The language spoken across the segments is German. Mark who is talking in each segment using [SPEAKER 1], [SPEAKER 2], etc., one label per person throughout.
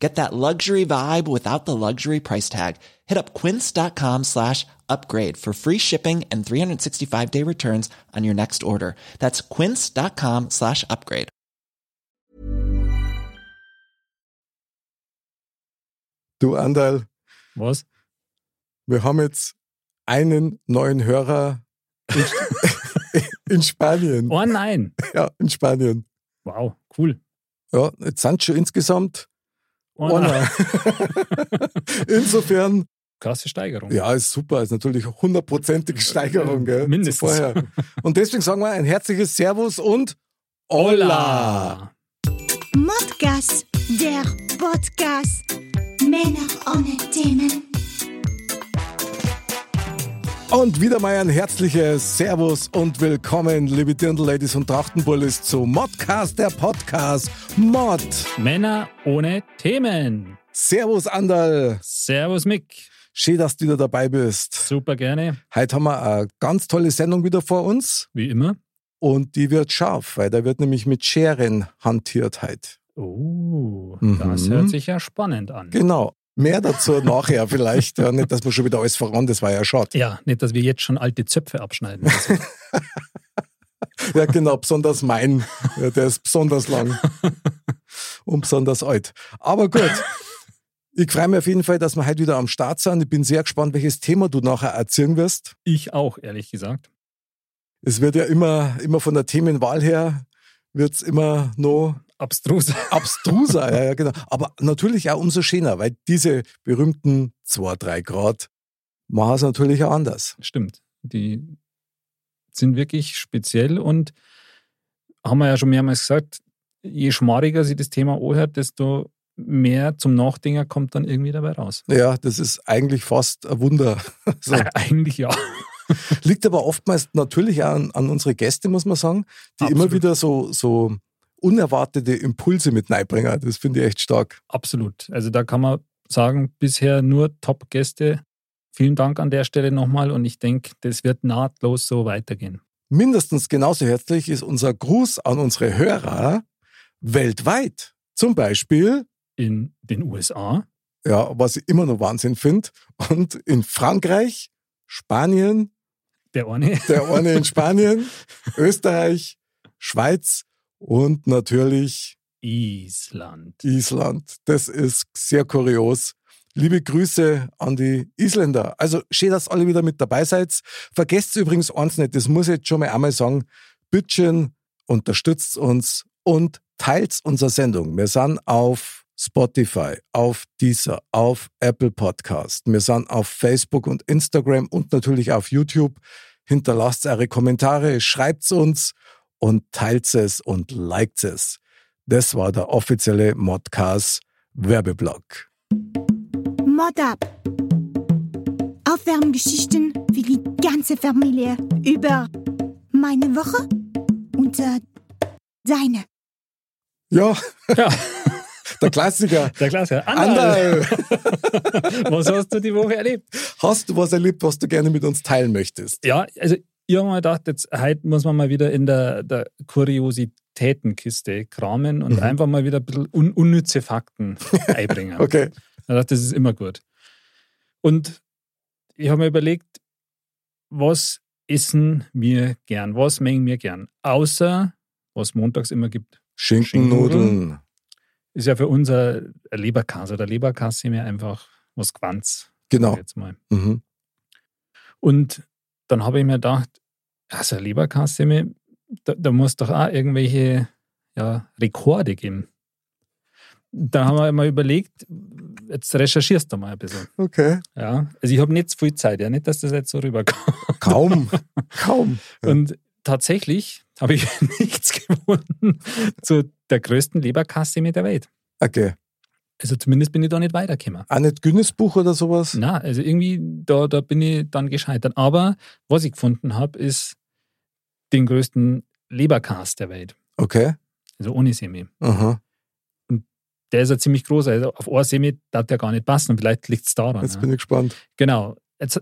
[SPEAKER 1] Get that luxury vibe without the luxury price tag. Hit up quince.com slash upgrade for free shipping and 365 day returns on your next order. That's quince.com slash upgrade.
[SPEAKER 2] Du Andal,
[SPEAKER 3] Was?
[SPEAKER 2] wir haben jetzt einen neuen Hörer in, in Spanien.
[SPEAKER 3] Oh nein.
[SPEAKER 2] Ja, in Spanien.
[SPEAKER 3] Wow, cool.
[SPEAKER 2] Ja, jetzt sind schon insgesamt
[SPEAKER 3] Oh nein.
[SPEAKER 2] Insofern,
[SPEAKER 3] Krasse Steigerung.
[SPEAKER 2] ja, ist super. Ist natürlich eine hundertprozentige Steigerung, gell? zu
[SPEAKER 3] Mindestens.
[SPEAKER 2] Vorher. Und deswegen sagen wir ein herzliches Servus und Hola!
[SPEAKER 3] Hola.
[SPEAKER 4] Modcast, der Podcast. Männer ohne Themen.
[SPEAKER 2] Und wieder mal ein herzliches Servus und willkommen, liebe Dirndl-Ladies und Trachtenbullis, zu Modcast, der Podcast Mod.
[SPEAKER 3] Männer ohne Themen.
[SPEAKER 2] Servus, Andal.
[SPEAKER 3] Servus Mick.
[SPEAKER 2] Schön, dass du wieder dabei bist.
[SPEAKER 3] Super gerne.
[SPEAKER 2] Heute haben wir eine ganz tolle Sendung wieder vor uns
[SPEAKER 3] Wie immer.
[SPEAKER 2] und die wird scharf, weil da wird nämlich mit Scheren hantiert heute.
[SPEAKER 3] Oh,
[SPEAKER 2] Mhm.
[SPEAKER 3] das hört sich ja spannend an.
[SPEAKER 2] Genau. Mehr dazu nachher vielleicht. Ja, nicht, dass wir schon wieder alles verraten, das war ja schade.
[SPEAKER 3] Ja, nicht, dass wir jetzt schon alte Zöpfe abschneiden. müssen.
[SPEAKER 2] Ja, genau, besonders mein. Ja, der ist besonders lang und besonders alt. Aber gut. Ich freue mich auf jeden Fall, dass wir heute wieder am Start sind. Ich bin sehr gespannt, welches Thema du nachher erzählen wirst.
[SPEAKER 3] ich auch, ehrlich gesagt.
[SPEAKER 2] Es wird ja immer, immer von der Themenwahl her, wird es immer noch
[SPEAKER 3] Abstrus.
[SPEAKER 2] abstruser, ja, ja, genau. Aber natürlich auch umso schöner, weil diese berühmten 2, 3 Grad machen es natürlich auch anders.
[SPEAKER 3] Stimmt. Die sind wirklich speziell und haben wir ja schon mehrmals gesagt, je schmarriger sie das Thema anhört, desto mehr zum Nachdenken kommt dann irgendwie dabei raus. Also
[SPEAKER 2] Ja, das ist eigentlich fast ein Wunder. So.
[SPEAKER 3] Eigentlich ja.
[SPEAKER 2] Liegt aber oftmals natürlich auch an, an unsere Gäste, muss man sagen, die immer
[SPEAKER 3] Absolut.
[SPEAKER 2] wieder so, so unerwartete Impulse mit reinbringen. Das finde ich echt stark.
[SPEAKER 3] Absolut. Also da kann man sagen, bisher nur Top-Gäste. Vielen Dank an der Stelle nochmal und ich denke, das wird nahtlos so weitergehen.
[SPEAKER 2] Mindestens genauso herzlich ist unser Gruß an unsere Hörer weltweit. Zum Beispiel,
[SPEAKER 3] In den USA,
[SPEAKER 2] ja, was ich immer noch Wahnsinn finde, und in Frankreich, Spanien,
[SPEAKER 3] der eine,
[SPEAKER 2] der eine in Spanien, Österreich, Schweiz und natürlich
[SPEAKER 3] Island.
[SPEAKER 2] Island. Das ist sehr kurios. Liebe Grüße an die Isländer. Also schön, dass alle wieder mit dabei seid. Vergesst übrigens eins nicht, das muss ich jetzt schon mal einmal sagen. Bütchen unterstützt uns und teilt unsere Sendung. Wir sind auf Spotify, auf Deezer, auf Apple Podcast. Wir sind auf Facebook und Instagram und natürlich auf YouTube. Hinterlasst eure Kommentare, schreibt uns und teilt es und liked es. Das war der offizielle Modcast Werbeblock.
[SPEAKER 4] Mod ab. Aufwärmgeschichten für die ganze Familie über meine Woche und äh, deine.
[SPEAKER 2] Ja,
[SPEAKER 3] Ja,
[SPEAKER 2] der Klassiker.
[SPEAKER 3] der Klasse.
[SPEAKER 2] Anderl,
[SPEAKER 3] Anderl, was hast du die Woche erlebt?
[SPEAKER 2] hast du was erlebt, was du gerne mit uns teilen möchtest?
[SPEAKER 3] Ja, also ich habe mir gedacht, jetzt heute muss man mal wieder in der, der Kuriositätenkiste kramen und
[SPEAKER 2] Mhm.
[SPEAKER 3] einfach mal wieder ein bisschen un unnütze Fakten einbringen.
[SPEAKER 2] Okay.
[SPEAKER 3] Ich dachte, das ist immer gut. Und ich habe mir überlegt, was essen wir gern? Was mengen wir gern? Außer, was montags immer gibt,
[SPEAKER 2] Schinkennudeln.
[SPEAKER 3] ist ja für unser Leberkäse oder Leberkäse mir einfach was Quanz. sag
[SPEAKER 2] Genau.
[SPEAKER 3] ich Jetzt mal.
[SPEAKER 2] Mhm.
[SPEAKER 3] Und dann habe ich mir gedacht, also Leberkassemme, da, da muss doch auch irgendwelche ja, Rekorde geben. Da haben wir mal überlegt, jetzt recherchierst du mal ein bisschen.
[SPEAKER 2] Okay.
[SPEAKER 3] Ja, also ich habe nicht so viel Zeit, ja, nicht, dass das jetzt so rüberkommt.
[SPEAKER 2] Kaum. Kaum. Ja.
[SPEAKER 3] Und tatsächlich habe ich nichts gefunden zu der größten Leberkassemme der Welt.
[SPEAKER 2] Okay.
[SPEAKER 3] Also zumindest bin ich da nicht weitergekommen.
[SPEAKER 2] Auch nicht Guinness-Buch oder sowas?
[SPEAKER 3] Na, also irgendwie, da, da bin ich dann gescheitert. Aber was ich gefunden habe, ist den größten Leberkas der Welt,
[SPEAKER 2] Okay.
[SPEAKER 3] also ohne Semi.
[SPEAKER 2] Aha.
[SPEAKER 3] Der ist ja ziemlich groß, also auf ein Semi darf der gar nicht passen und vielleicht liegt es daran.
[SPEAKER 2] Jetzt
[SPEAKER 3] ja.
[SPEAKER 2] bin ich gespannt.
[SPEAKER 3] Genau. Jetzt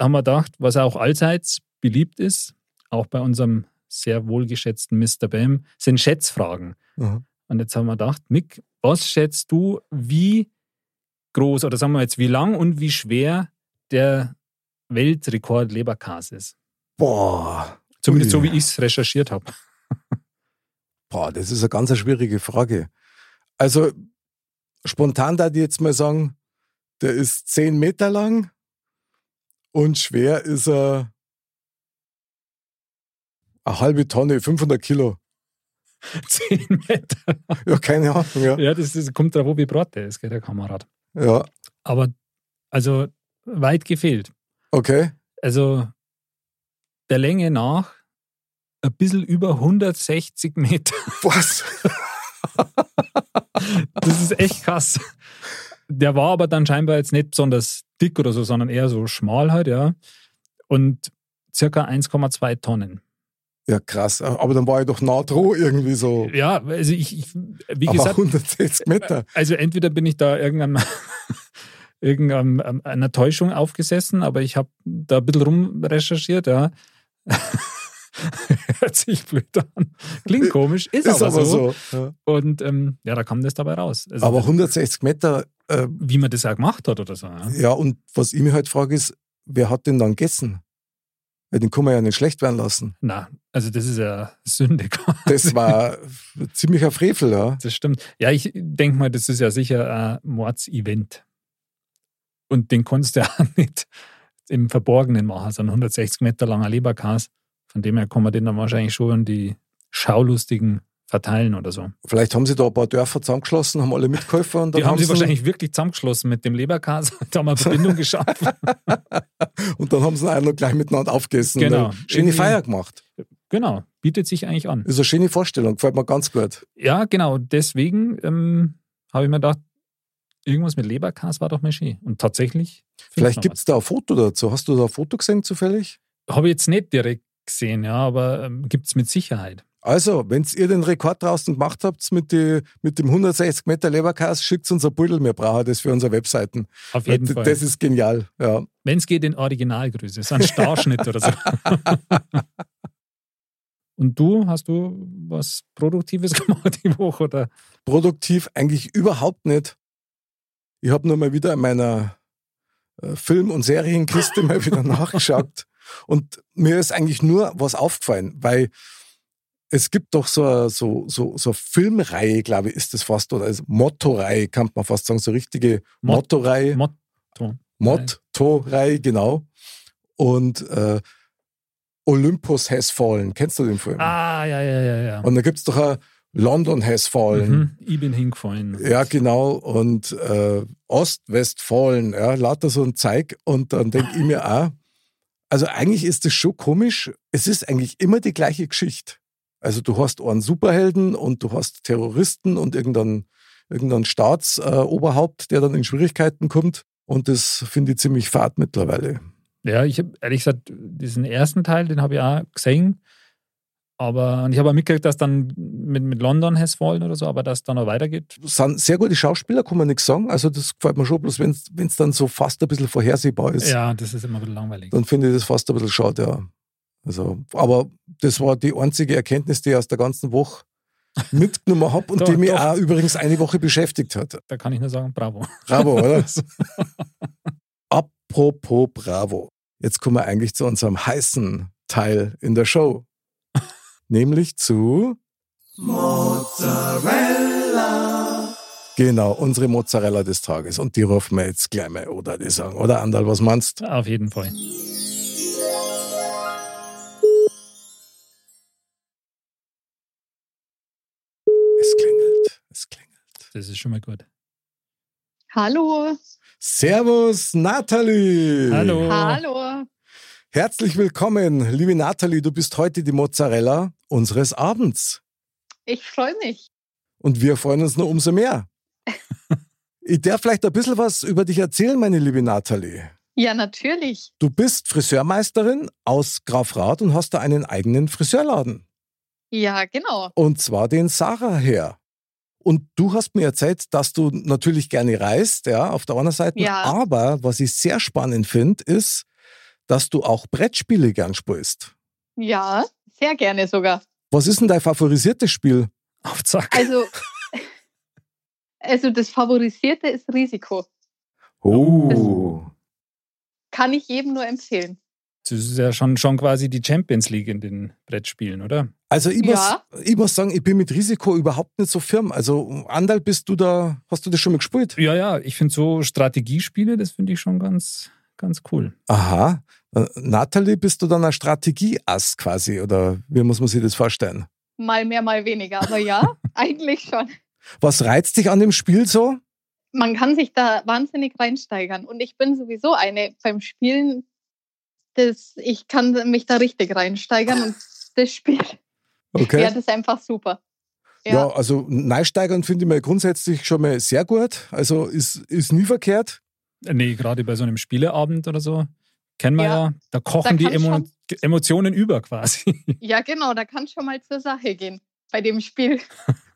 [SPEAKER 3] haben wir gedacht, was auch allseits beliebt ist, auch bei unserem sehr wohlgeschätzten Mr. Bam, sind Schätzfragen.
[SPEAKER 2] Aha.
[SPEAKER 3] Und jetzt haben wir gedacht, Mick, was schätzt du, wie groß oder sagen wir jetzt, wie lang und wie schwer der Weltrekord Leberkas ist?
[SPEAKER 2] Boah.
[SPEAKER 3] Zumindest
[SPEAKER 2] Ui.
[SPEAKER 3] so, wie ich es recherchiert habe.
[SPEAKER 2] Boah, das ist eine ganz schwierige Frage. Also, spontan da die jetzt mal sagen, der ist 10 Meter lang und schwer ist er eine halbe Tonne, 500 Kilo.
[SPEAKER 3] Zehn Meter.
[SPEAKER 2] Ja, keine Ahnung, ja.
[SPEAKER 3] Ja, das, ist, kommt drauf, an, wie breit der ist, gell, der Kamerad.
[SPEAKER 2] Ja,
[SPEAKER 3] Aber also weit gefehlt.
[SPEAKER 2] okay.
[SPEAKER 3] also der Länge nach ein bisschen über 160 Meter.
[SPEAKER 2] Was?
[SPEAKER 3] Das ist echt krass. Der war aber dann scheinbar jetzt nicht besonders dick oder so, sondern eher so schmal halt, ja. Und circa 1,2 Tonnen.
[SPEAKER 2] Ja, krass. Aber dann war ich doch nah droh irgendwie so.
[SPEAKER 3] Ja, also ich, ich wie
[SPEAKER 2] Oh. Aber
[SPEAKER 3] gesagt,
[SPEAKER 2] 160 Meter.
[SPEAKER 3] also entweder bin ich da irgendeinem, irgendeinem ähm, einer Täuschung aufgesessen, aber ich habe da ein bisschen rumrecherchiert, ja. Hört sich blöd an. Klingt komisch, ist,
[SPEAKER 2] Ist
[SPEAKER 3] aber,
[SPEAKER 2] aber
[SPEAKER 3] so.
[SPEAKER 2] so. Ja.
[SPEAKER 3] Und ähm, ja, da kam das dabei raus. Also,
[SPEAKER 2] Aber 160 Meter, äh,
[SPEAKER 3] wie man das auch gemacht hat oder so. Ja.
[SPEAKER 2] ja, und was ich mir halt frage ist, wer hat den dann gegessen? Weil den kann man ja nicht schlecht werden lassen.
[SPEAKER 3] Na, also das ist ja Sünde.
[SPEAKER 2] Das war ein ziemlicher Frevel, ja.
[SPEAKER 3] Das stimmt. Ja, ich denke mal, das ist ja sicher ein Mordsevent. Und den konntest du ja auch nicht im Verborgenen machen, so ein 160 Meter langer Leberkas. Von dem her kann man den dann wahrscheinlich schon an die Schaulustigen verteilen oder so.
[SPEAKER 2] Vielleicht haben sie da ein paar Dörfer zusammengeschlossen, haben alle Mitkäufer und dann
[SPEAKER 3] die haben sie
[SPEAKER 2] sie
[SPEAKER 3] wahrscheinlich wirklich zusammengeschlossen mit dem Leberkas, da haben wir eine Verbindung geschaffen.
[SPEAKER 2] und dann haben sie einen gleich miteinander aufgegessen.
[SPEAKER 3] Genau.
[SPEAKER 2] Und eine Schöne
[SPEAKER 3] Irgendwie-
[SPEAKER 2] Feier gemacht.
[SPEAKER 3] genau, bietet sich eigentlich an.
[SPEAKER 2] Ist eine schöne Vorstellung, gefällt mir ganz gut.
[SPEAKER 3] Ja, genau. Deswegen ähm, habe ich mir gedacht, irgendwas mit Leberkas war doch mal schön. Und tatsächlich.
[SPEAKER 2] Vielleicht gibt es da ein Foto dazu. Hast du da ein Foto gesehen zufällig?
[SPEAKER 3] Habe ich jetzt nicht direkt gesehen, ja, aber ähm, gibt es mit Sicherheit.
[SPEAKER 2] Also, wenn ihr den Rekord draußen gemacht habt mit, die, mit dem 160 Meter Leberkas, schickt uns ein Pudel, wir brauchen das für unsere Webseiten.
[SPEAKER 3] Auf jeden
[SPEAKER 2] das,
[SPEAKER 3] Fall.
[SPEAKER 2] das ist genial. Ja.
[SPEAKER 3] Wenn es geht, in Originalgröße. So ein Starschnitt oder so. Und du, hast du was Produktives gemacht die Woche? Oder?
[SPEAKER 2] Produktiv eigentlich überhaupt nicht. Ich habe nur mal wieder in meiner äh, Film- und Serienkiste mal wieder nachgeschaut. Und mir ist eigentlich nur was aufgefallen, weil es gibt doch so eine so, so, so eine Filmreihe, glaube ich, ist das fast, oder also Mottoreihe, kann man fast sagen, so richtige
[SPEAKER 3] Mot-
[SPEAKER 2] Mottoreihe.
[SPEAKER 3] Mot
[SPEAKER 2] Motto-Reihe, genau. Und äh, Olympus has fallen. Kennst du den Film?
[SPEAKER 3] ah, ja, ja, ja, ja.
[SPEAKER 2] Und da gibt es doch ein London has fallen.
[SPEAKER 3] Mhm. Ich bin hingefallen.
[SPEAKER 2] Ja, genau. Und äh, Ost-West fallen. Ja, lauter so ein Zeig. Und dann denke ich mir auch, also eigentlich ist das schon komisch. Es ist eigentlich immer die gleiche Geschichte. Also du hast einen Superhelden und du hast Terroristen und irgendeinen irgendein Staatsoberhaupt, der dann in Schwierigkeiten kommt. Und das finde ich ziemlich fad mittlerweile.
[SPEAKER 3] Ja, ich habe ehrlich gesagt, diesen ersten Teil, den habe ich auch gesehen. Aber und ich habe auch mitgekriegt, dass dann mit, mit London has fallen oder so, aber dass dann noch weitergeht.
[SPEAKER 2] sind sehr gute Schauspieler, kann man nichts sagen. Also das gefällt mir schon, bloß wenn es dann so fast ein bisschen vorhersehbar ist,
[SPEAKER 3] Ja, das ist immer ein bisschen langweilig.
[SPEAKER 2] dann finde ich das fast ein bisschen schade, ja. Also, aber das war die einzige Erkenntnis, die ich aus der ganzen Woche mitgenommen habe und
[SPEAKER 3] Doch,
[SPEAKER 2] die mich
[SPEAKER 3] doch.
[SPEAKER 2] auch übrigens eine Woche beschäftigt hat.
[SPEAKER 3] Da kann ich nur sagen, bravo.
[SPEAKER 2] Bravo, oder? Apropos Bravo. Jetzt kommen wir eigentlich zu unserem heißen Teil in der Show. Nämlich zu Mozzarella. Genau, unsere Mozzarella des Tages. Und die rufen wir jetzt gleich mal, oder die sagen, oder Andal, was meinst
[SPEAKER 3] Auf jeden Fall.
[SPEAKER 2] Es klingelt, es klingelt.
[SPEAKER 3] Das ist schon mal gut.
[SPEAKER 5] Hallo.
[SPEAKER 2] Servus, Nathalie.
[SPEAKER 3] Hallo.
[SPEAKER 5] Hallo.
[SPEAKER 2] Herzlich willkommen, liebe Nathalie. Du bist heute die Mozzarella unseres Abends.
[SPEAKER 5] Ich freue mich.
[SPEAKER 2] Und wir freuen uns nur umso mehr. Ich darf vielleicht ein bisschen was über dich erzählen, meine liebe Nathalie.
[SPEAKER 5] Ja, natürlich.
[SPEAKER 2] Du bist Friseurmeisterin aus Grafrath und hast da einen eigenen Friseurladen.
[SPEAKER 5] Ja, genau.
[SPEAKER 2] Und zwar den Sarah her. Und du hast mir erzählt, dass du natürlich gerne reist, ja, auf der anderen Seite.
[SPEAKER 5] Ja.
[SPEAKER 2] Aber was ich sehr spannend finde, ist, dass du auch Brettspiele gern spielst.
[SPEAKER 5] Ja, sehr gerne sogar.
[SPEAKER 2] Was ist denn dein favorisiertes Spiel?
[SPEAKER 3] Auf Zack.
[SPEAKER 5] Also, also das Favorisierte ist Risiko.
[SPEAKER 2] Oh.
[SPEAKER 5] Kann ich jedem nur empfehlen.
[SPEAKER 3] Das ist ja schon, schon quasi die Champions League in den Brettspielen, oder?
[SPEAKER 2] Also ich muss,
[SPEAKER 5] Ja.
[SPEAKER 2] ich muss sagen, ich bin mit Risiko überhaupt nicht so firm. Also Andal, bist du da, hast du das schon mal gespielt?
[SPEAKER 3] Ja, ja, ich finde so Strategiespiele, das finde ich schon ganz, ganz cool.
[SPEAKER 2] Aha. Äh, Nathalie, bist du dann ein Strategieass quasi? Oder wie muss man sich das vorstellen?
[SPEAKER 5] Mal mehr, mal weniger. Aber ja, eigentlich schon.
[SPEAKER 2] Was reizt dich an dem Spiel so?
[SPEAKER 5] Man kann sich da wahnsinnig reinsteigern. Und ich bin sowieso eine beim Spielen, das, ich kann mich da richtig reinsteigern und das Spiel,
[SPEAKER 2] Okay.
[SPEAKER 5] ja, das ist einfach super.
[SPEAKER 2] Ja, also Neusteigern finde ich mal grundsätzlich schon mal sehr gut. Also ist, ist nie verkehrt.
[SPEAKER 3] Äh, Nee, gerade bei so einem Spieleabend oder so, kennen wir ja,
[SPEAKER 5] Ja.
[SPEAKER 3] da kochen
[SPEAKER 5] Da
[SPEAKER 3] die
[SPEAKER 5] kann
[SPEAKER 3] Emo Emotionen über quasi.
[SPEAKER 5] Ja, genau, da kann schon mal zur Sache gehen bei dem Spiel.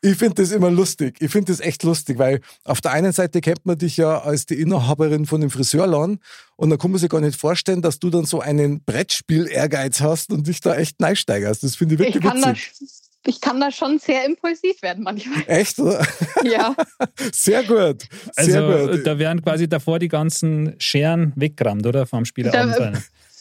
[SPEAKER 2] Ich finde das immer lustig. Ich finde das echt lustig, weil auf der einen Seite kennt man dich ja als die Inhaberin von dem Friseurladen und da kann man sich gar nicht vorstellen, dass du dann so einen Brettspiel-Ehrgeiz hast und dich da echt neisteigerst. Das finde ich
[SPEAKER 5] Ich
[SPEAKER 2] wirklich
[SPEAKER 5] kann, da,
[SPEAKER 2] witzig.
[SPEAKER 5] ich kann da schon sehr impulsiv werden manchmal.
[SPEAKER 2] Echt? oder?
[SPEAKER 5] Ja,
[SPEAKER 2] Sehr gut. Sehr
[SPEAKER 3] Also
[SPEAKER 2] gut.
[SPEAKER 3] da werden quasi davor die ganzen Scheren weggerammt, oder? Vom Spieleabend.
[SPEAKER 5] Da-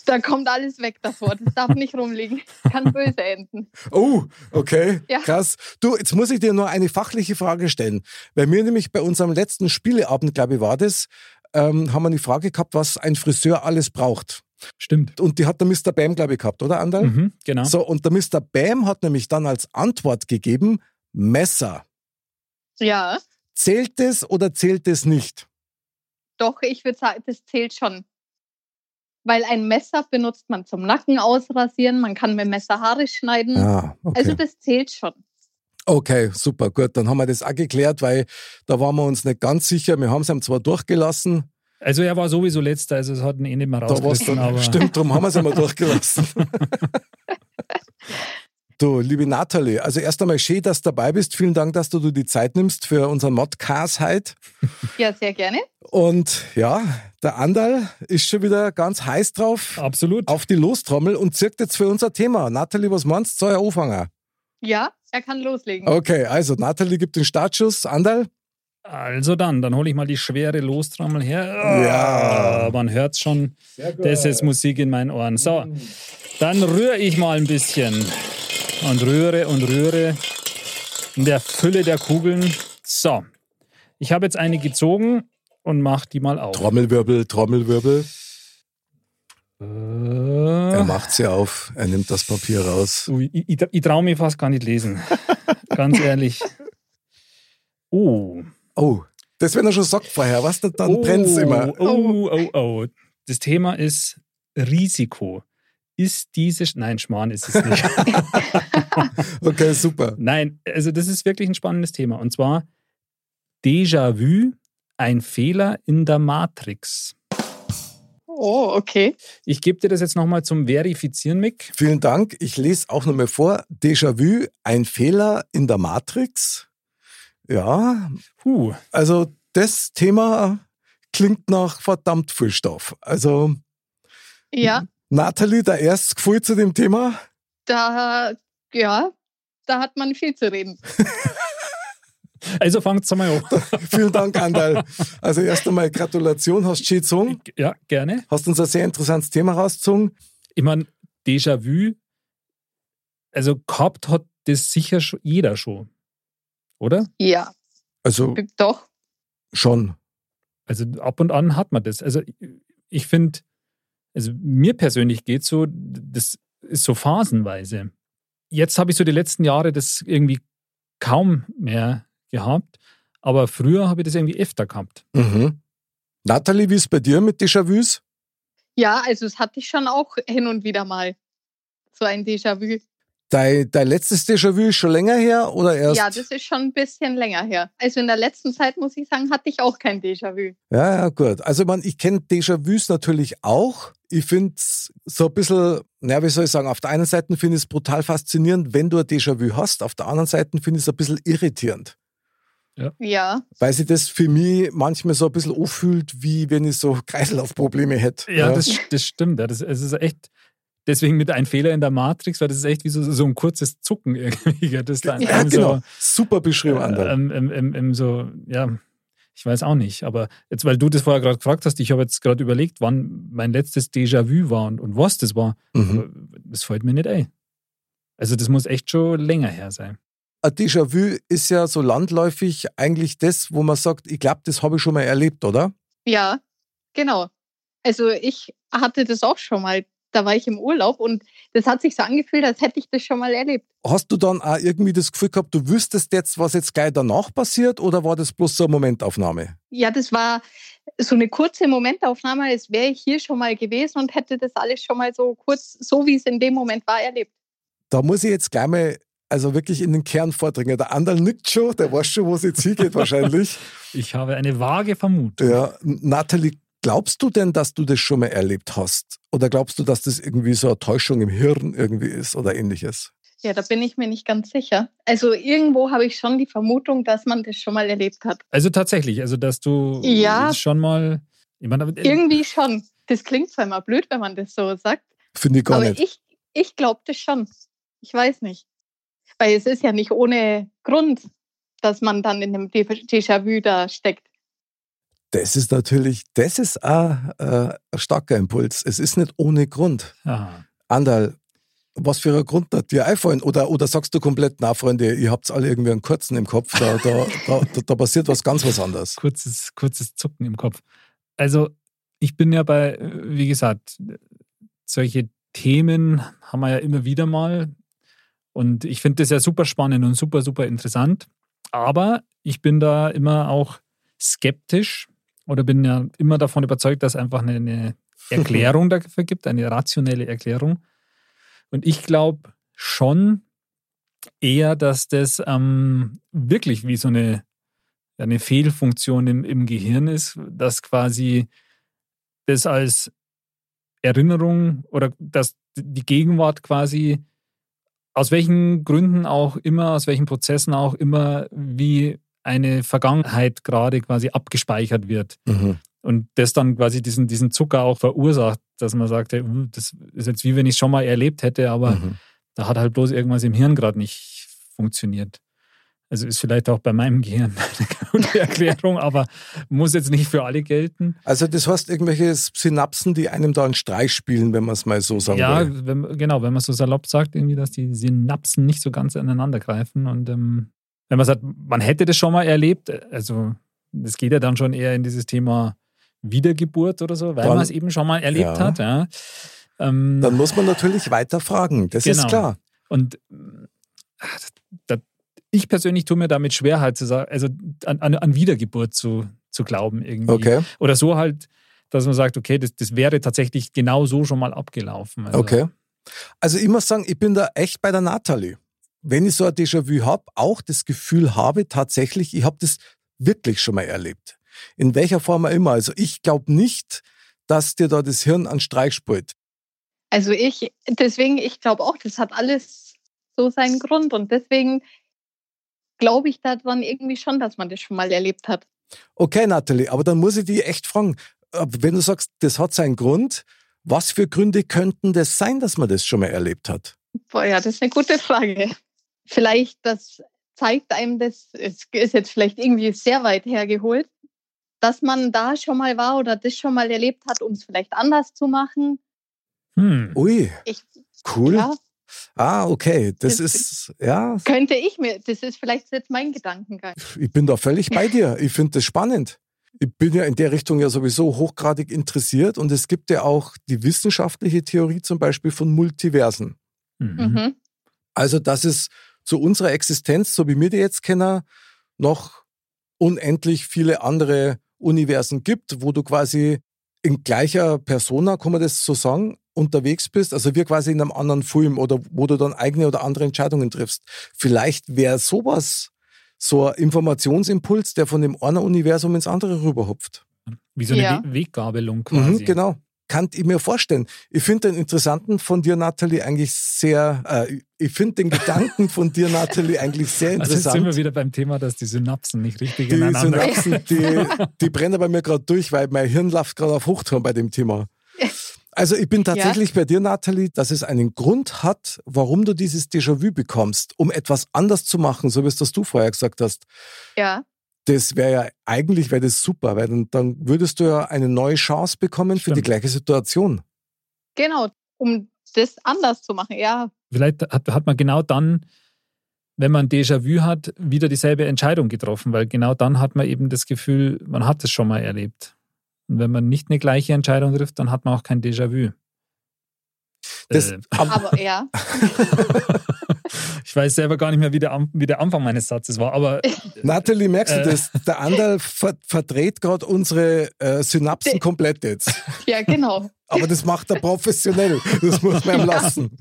[SPEAKER 5] da kommt alles weg davor. Das darf nicht rumliegen. Kann böse enden.
[SPEAKER 2] Oh, okay,
[SPEAKER 5] Ja.
[SPEAKER 2] krass. Du, jetzt muss ich dir nur eine fachliche Frage stellen. Weil mir nämlich bei unserem letzten Spieleabend, glaube ich, war das, ähm, haben wir die Frage gehabt, was ein Friseur alles braucht.
[SPEAKER 3] Stimmt.
[SPEAKER 2] Und die hat der Mr. Bam, glaube ich, gehabt, oder Andal?
[SPEAKER 3] Mhm, genau.
[SPEAKER 2] So, und der Mr. Bam hat nämlich dann als Antwort gegeben, Messer.
[SPEAKER 5] Ja,
[SPEAKER 2] Zählt es oder zählt es nicht?
[SPEAKER 5] doch, ich würde sagen, das zählt schon. Weil ein Messer benutzt man zum Nacken ausrasieren, man kann mit dem Messer Haare schneiden.
[SPEAKER 2] Ah, okay.
[SPEAKER 5] Also das zählt schon.
[SPEAKER 2] Okay, super, gut. Dann haben wir das auch geklärt, weil da waren wir uns nicht ganz sicher. Wir haben es ihm zwar durchgelassen,
[SPEAKER 3] Also er war sowieso letzter, also es hat ihn eh nicht mehr
[SPEAKER 2] Da war's
[SPEAKER 3] rausgerissen,
[SPEAKER 2] dann,
[SPEAKER 3] aber
[SPEAKER 2] Stimmt, darum haben wir es einmal durchgelassen. Du, liebe Nathalie, also erst einmal schön, dass du dabei bist. Vielen Dank, dass du dir die Zeit nimmst für unseren Modcast heute.
[SPEAKER 5] Ja, sehr gerne.
[SPEAKER 2] Und ja, der Andal ist schon wieder ganz heiß drauf
[SPEAKER 3] absolut.
[SPEAKER 2] auf die Lostrommel und zirkt jetzt für unser Thema. Nathalie, was meinst du? Soll er anfangen?
[SPEAKER 5] Ja, er kann loslegen.
[SPEAKER 2] Okay, also Nathalie gibt den Startschuss. Andal?
[SPEAKER 3] Also dann, dann hole ich mal die schwere Lostrommel her.
[SPEAKER 2] Ja.
[SPEAKER 3] Ah, Man hört schon, das ist Musik in meinen Ohren. So, dann rühre ich mal ein bisschen und rühre und rühre in der Fülle der Kugeln. So, ich habe jetzt eine gezogen und mache die mal auf.
[SPEAKER 2] Trommelwirbel, Trommelwirbel. Er
[SPEAKER 3] Äh,
[SPEAKER 2] macht sie auf, er nimmt das Papier raus.
[SPEAKER 3] Ui, ich ich, ich traue mir fast gar nicht lesen. Ganz ehrlich. Oh.
[SPEAKER 2] Oh, das, wenn er schon sagt vorher, was, dann
[SPEAKER 3] oh,
[SPEAKER 2] brennt es immer.
[SPEAKER 3] Oh, oh, oh. Das Thema ist Risiko. Ist diese. Sch- Nein, Schmarrn ist es nicht.
[SPEAKER 2] Okay, super.
[SPEAKER 3] Nein, also das ist wirklich ein spannendes Thema. Und zwar Déjà-vu, ein Fehler in der Matrix.
[SPEAKER 5] Oh, okay.
[SPEAKER 3] Ich gebe dir das jetzt nochmal zum Verifizieren, Mick.
[SPEAKER 2] Vielen Dank. Ich lese auch nochmal vor. Déjà-vu, ein Fehler in der Matrix. Ja,
[SPEAKER 3] Huh,
[SPEAKER 2] also das Thema klingt nach verdammt viel Stoff. Also, Mhm.
[SPEAKER 5] Ja,
[SPEAKER 2] Nathalie, der erste Gefühl zu dem Thema.
[SPEAKER 5] da, ja, da hat man viel zu reden.
[SPEAKER 3] also fangt's mal an.
[SPEAKER 2] Vielen Dank, Andal. Also, erst einmal Gratulation, hast du gezogen.
[SPEAKER 3] Ja, gerne.
[SPEAKER 2] Hast uns ein sehr interessantes Thema rausgezogen.
[SPEAKER 3] Ich meine, Déjà-vu, also gehabt hat das sicher schon jeder schon. Oder?
[SPEAKER 5] Ja,
[SPEAKER 2] Also,
[SPEAKER 5] doch.
[SPEAKER 2] schon.
[SPEAKER 3] Also ab und an hat man das. Also ich finde, also mir persönlich geht so, das ist so phasenweise. Jetzt habe ich so die letzten Jahre das irgendwie kaum mehr gehabt, aber früher habe ich das irgendwie öfter gehabt.
[SPEAKER 2] Mhm. Nathalie, wie ist bei dir mit Déjà-vus?
[SPEAKER 5] Ja, also es hatte ich schon auch hin und wieder mal. So ein Déjà-vu.
[SPEAKER 2] Dein, dein letztes Déjà-vu ist schon länger her oder erst?
[SPEAKER 5] Ja, das ist schon ein bisschen länger her. Also in der letzten Zeit, muss ich sagen, hatte ich auch kein Déjà-vu.
[SPEAKER 2] Ja, ja, gut. Also man, ich kenne Déjà-vus natürlich auch. Ich finde es so ein bisschen, na, wie soll ich sagen, auf der einen Seite finde ich es brutal faszinierend, wenn du ein Déjà-vu hast, auf der anderen Seite finde ich es ein bisschen irritierend,
[SPEAKER 5] Ja,
[SPEAKER 2] weil sich das für mich manchmal so ein bisschen anfühlt, wie wenn ich so Kreislaufprobleme hätte.
[SPEAKER 3] Ja, das, das stimmt. Ja. Das, es ist echt, deswegen mit ein Fehler in der Matrix, weil das ist echt wie so, so ein kurzes Zucken irgendwie. gell, Das da
[SPEAKER 2] ja,
[SPEAKER 3] einem
[SPEAKER 2] genau. Super beschrieben,
[SPEAKER 3] so,
[SPEAKER 2] Anderl.
[SPEAKER 3] Also ähm, ähm, ähm, ähm, so, ja, ich weiß auch nicht. Aber jetzt, weil du das vorher gerade gefragt hast, ich habe jetzt gerade überlegt, wann mein letztes Déjà-vu war und, und was das war.
[SPEAKER 2] Mhm.
[SPEAKER 3] Aber das fällt mir nicht ein. Also das muss echt schon länger her sein.
[SPEAKER 2] Ein Déjà-vu ist ja so landläufig eigentlich das, wo man sagt, ich glaube, das habe ich schon mal erlebt, oder?
[SPEAKER 5] ja, genau. Also ich hatte das auch schon mal. Da war ich im Urlaub und das hat sich so angefühlt, als hätte ich das schon mal erlebt.
[SPEAKER 2] Hast du dann auch irgendwie das Gefühl gehabt, du wüsstest jetzt, was jetzt gleich danach passiert, oder war das bloß so eine Momentaufnahme?
[SPEAKER 5] Ja, das war so eine kurze Momentaufnahme, als wäre ich hier schon mal gewesen und hätte das alles schon mal so kurz, so wie es in dem Moment war, erlebt.
[SPEAKER 2] Da muss ich jetzt gleich mal, also wirklich in den Kern vordringen. Der andere nickt schon, der weiß schon, wo es jetzt hingeht wahrscheinlich.
[SPEAKER 3] Ich habe eine vage Vermutung.
[SPEAKER 2] Ja, Nathalie, glaubst du denn, dass du das schon mal erlebt hast? Oder glaubst du, dass das irgendwie so eine Täuschung im Hirn irgendwie ist oder ähnliches?
[SPEAKER 5] Ja, da bin ich mir nicht ganz sicher. Also irgendwo habe ich schon die Vermutung, dass man das schon mal erlebt hat.
[SPEAKER 3] Also tatsächlich, also dass du
[SPEAKER 5] Ja.
[SPEAKER 3] schon mal. Ich meine, aber- äh,
[SPEAKER 5] Irgendwie schon. Das klingt zwar immer blöd, wenn man das so sagt,
[SPEAKER 2] Finde ich gar
[SPEAKER 5] aber
[SPEAKER 2] nicht.
[SPEAKER 5] ich, ich glaube das schon. Ich weiß nicht. Weil es ist ja nicht ohne Grund, dass man dann in einem Dé- Déjà-vu da steckt.
[SPEAKER 2] Das ist natürlich, das ist auch, äh, ein starker Impuls. Es ist nicht ohne Grund.
[SPEAKER 3] Ah,
[SPEAKER 2] Anderl, was für ein Grund hat dir einfallen? Oder, oder sagst du komplett, na Freunde, ihr habt alle irgendwie einen kurzen im Kopf, da, da, da, da, da passiert was ganz was anderes.
[SPEAKER 3] kurzes, kurzes Zucken im Kopf. Also, ich bin ja bei, äh, wie gesagt, solche Themen haben wir ja immer wieder mal. Und ich finde das ja super spannend und super, super interessant. Aber ich bin da immer auch skeptisch oder bin ja immer davon überzeugt, dass einfach eine, eine Erklärung dafür gibt, eine rationelle Erklärung. Und ich glaube schon eher, dass das ähm, wirklich wie so eine, eine Fehlfunktion im, im Gehirn ist, dass quasi das als Erinnerung oder dass die Gegenwart quasi aus welchen Gründen auch immer, aus welchen Prozessen auch immer, wie eine Vergangenheit gerade quasi abgespeichert wird.
[SPEAKER 2] Mhm.
[SPEAKER 3] Und das dann quasi diesen, diesen Zucker auch verursacht, dass man sagt, hey, uh, das ist jetzt wie wenn ich es schon mal erlebt hätte, aber
[SPEAKER 2] Mhm.
[SPEAKER 3] da hat halt bloß irgendwas im Hirn gerade nicht funktioniert. Also ist vielleicht auch bei meinem Gehirn eine gute Erklärung, aber muss jetzt nicht für alle gelten.
[SPEAKER 2] Also das heißt, irgendwelche Synapsen, die einem da einen Streich spielen, wenn man es mal so sagen
[SPEAKER 3] Ja,
[SPEAKER 2] will.
[SPEAKER 3] wenn, genau, wenn man so salopp sagt, irgendwie, dass die Synapsen nicht so ganz aneinander greifen. Und ähm, wenn man sagt, man hätte das schon mal erlebt, also das geht ja dann schon eher in dieses Thema Wiedergeburt oder so, weil
[SPEAKER 2] Dann-
[SPEAKER 3] man es eben schon mal erlebt
[SPEAKER 2] Ja.
[SPEAKER 3] hat. Ja. Ähm,
[SPEAKER 2] Dann muss man natürlich weiter fragen, das ist
[SPEAKER 3] Genau.
[SPEAKER 2] klar.
[SPEAKER 3] Und mh, da, ich persönlich tue mir damit schwer, halt zu sagen, also an, an, an Wiedergeburt zu, zu glauben irgendwie.
[SPEAKER 2] Okay,
[SPEAKER 3] Oder so halt, dass man sagt, okay, das, das wäre tatsächlich genau so schon mal abgelaufen. Also,
[SPEAKER 2] okay. Also ich muss sagen, ich bin da echt bei der Nathalie. Wenn ich so ein Déjà-vu habe, auch das Gefühl habe, tatsächlich, ich habe das wirklich schon mal erlebt. In welcher Form auch immer. Also ich glaube nicht, dass dir da das Hirn einen Streich spielt.
[SPEAKER 5] Also ich, deswegen, ich glaube auch, das hat alles so seinen Grund und deswegen glaube ich daran irgendwie schon, dass man das schon mal erlebt hat.
[SPEAKER 2] Okay, Nathalie, aber dann muss ich dich echt fragen, äh, wenn du sagst, das hat seinen Grund, was für Gründe könnten das sein, dass man das schon mal erlebt hat?
[SPEAKER 5] Boah, ja, das ist eine gute Frage. Vielleicht, das zeigt einem das, es ist jetzt vielleicht irgendwie sehr weit hergeholt, dass man da schon mal war oder das schon mal erlebt hat, um es vielleicht anders zu machen.
[SPEAKER 3] Hm.
[SPEAKER 2] Ui,
[SPEAKER 5] Ich,
[SPEAKER 2] cool.
[SPEAKER 5] ja,
[SPEAKER 2] Ah, okay, das
[SPEAKER 5] Das-
[SPEAKER 2] ist, ja,
[SPEAKER 5] könnte ich mir, das ist vielleicht jetzt mein Gedankengang.
[SPEAKER 2] ich bin da völlig bei dir. Ich finde das spannend. Ich bin ja in der Richtung ja sowieso hochgradig interessiert und es gibt ja auch die wissenschaftliche Theorie zum Beispiel von Multiversen.
[SPEAKER 3] Mhm.
[SPEAKER 5] Mhm.
[SPEAKER 2] Also, dass es zu unserer Existenz, so wie wir die jetzt kennen, noch unendlich viele andere Universen gibt, wo du quasi in gleicher Persona, kann man das so sagen, unterwegs bist, also wir quasi in einem anderen Film oder wo du dann eigene oder andere Entscheidungen triffst. Vielleicht wäre sowas so ein Informationsimpuls, der von dem einen Universum ins andere rüberhopft.
[SPEAKER 3] Wie so eine
[SPEAKER 5] Ja.
[SPEAKER 3] We Weggabelung quasi.
[SPEAKER 2] Mhm, genau. Kann ich mir vorstellen. Ich finde den interessanten von dir, Nathalie, eigentlich sehr, äh, ich finde den Gedanken von dir, Nathalie, eigentlich sehr
[SPEAKER 3] Also jetzt sind
[SPEAKER 2] interessant.
[SPEAKER 3] wir wieder beim Thema, dass die Synapsen nicht richtig
[SPEAKER 2] die
[SPEAKER 3] ineinander
[SPEAKER 2] Synapsen, die, die brennen bei mir gerade durch, weil mein Hirn läuft gerade auf Hochtouren bei dem Thema. Also ich bin tatsächlich bei dir, Nathalie, dass es einen Grund hat, warum du dieses Déjà-vu bekommst, um etwas anders zu machen, so wie es das du vorher gesagt hast.
[SPEAKER 5] Ja,
[SPEAKER 2] Das wäre ja, eigentlich wäre das super, weil dann, dann würdest du ja eine neue Chance bekommen für die
[SPEAKER 3] Stimmt.
[SPEAKER 2] gleiche Situation.
[SPEAKER 5] genau. Um das anders zu machen. Ja,
[SPEAKER 3] Vielleicht hat, hat man genau dann, wenn man Déjà-vu hat, wieder dieselbe Entscheidung getroffen, weil genau dann hat man eben das Gefühl, man hat es schon mal erlebt. Und wenn man nicht eine gleiche Entscheidung trifft, dann hat man auch kein Déjà-vu.
[SPEAKER 2] Das-
[SPEAKER 3] Äh,
[SPEAKER 5] aber ja.
[SPEAKER 3] ich weiß selber gar nicht mehr, wie der, An- wie der Anfang meines Satzes war, aber
[SPEAKER 2] Nathalie, merkst du
[SPEAKER 3] Äh.
[SPEAKER 2] das? Der andere ver verdreht gerade unsere äh, Synapsen
[SPEAKER 5] Die-
[SPEAKER 2] komplett jetzt.
[SPEAKER 5] Ja, genau.
[SPEAKER 2] Aber das macht er professionell. Das muss man ihm lassen.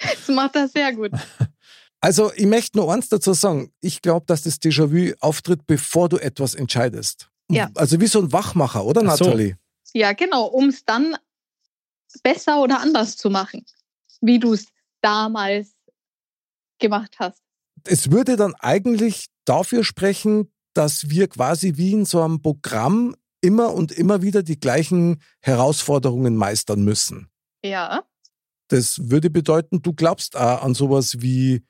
[SPEAKER 5] Das macht er sehr gut.
[SPEAKER 2] Also, ich möchte nur eins dazu sagen. Ich glaube, dass das Déjà-vu auftritt, bevor du etwas entscheidest.
[SPEAKER 5] Ja.
[SPEAKER 2] Also wie so ein Wachmacher, oder
[SPEAKER 3] Ach so.
[SPEAKER 2] Nathalie?
[SPEAKER 5] Ja, genau, um es dann besser oder anders zu machen, wie du es damals gemacht hast.
[SPEAKER 2] Es würde dann eigentlich dafür sprechen, dass wir quasi wie in so einem Programm immer und immer wieder die gleichen Herausforderungen meistern müssen.
[SPEAKER 5] Ja,
[SPEAKER 2] Das würde bedeuten, du glaubst auch an sowas wie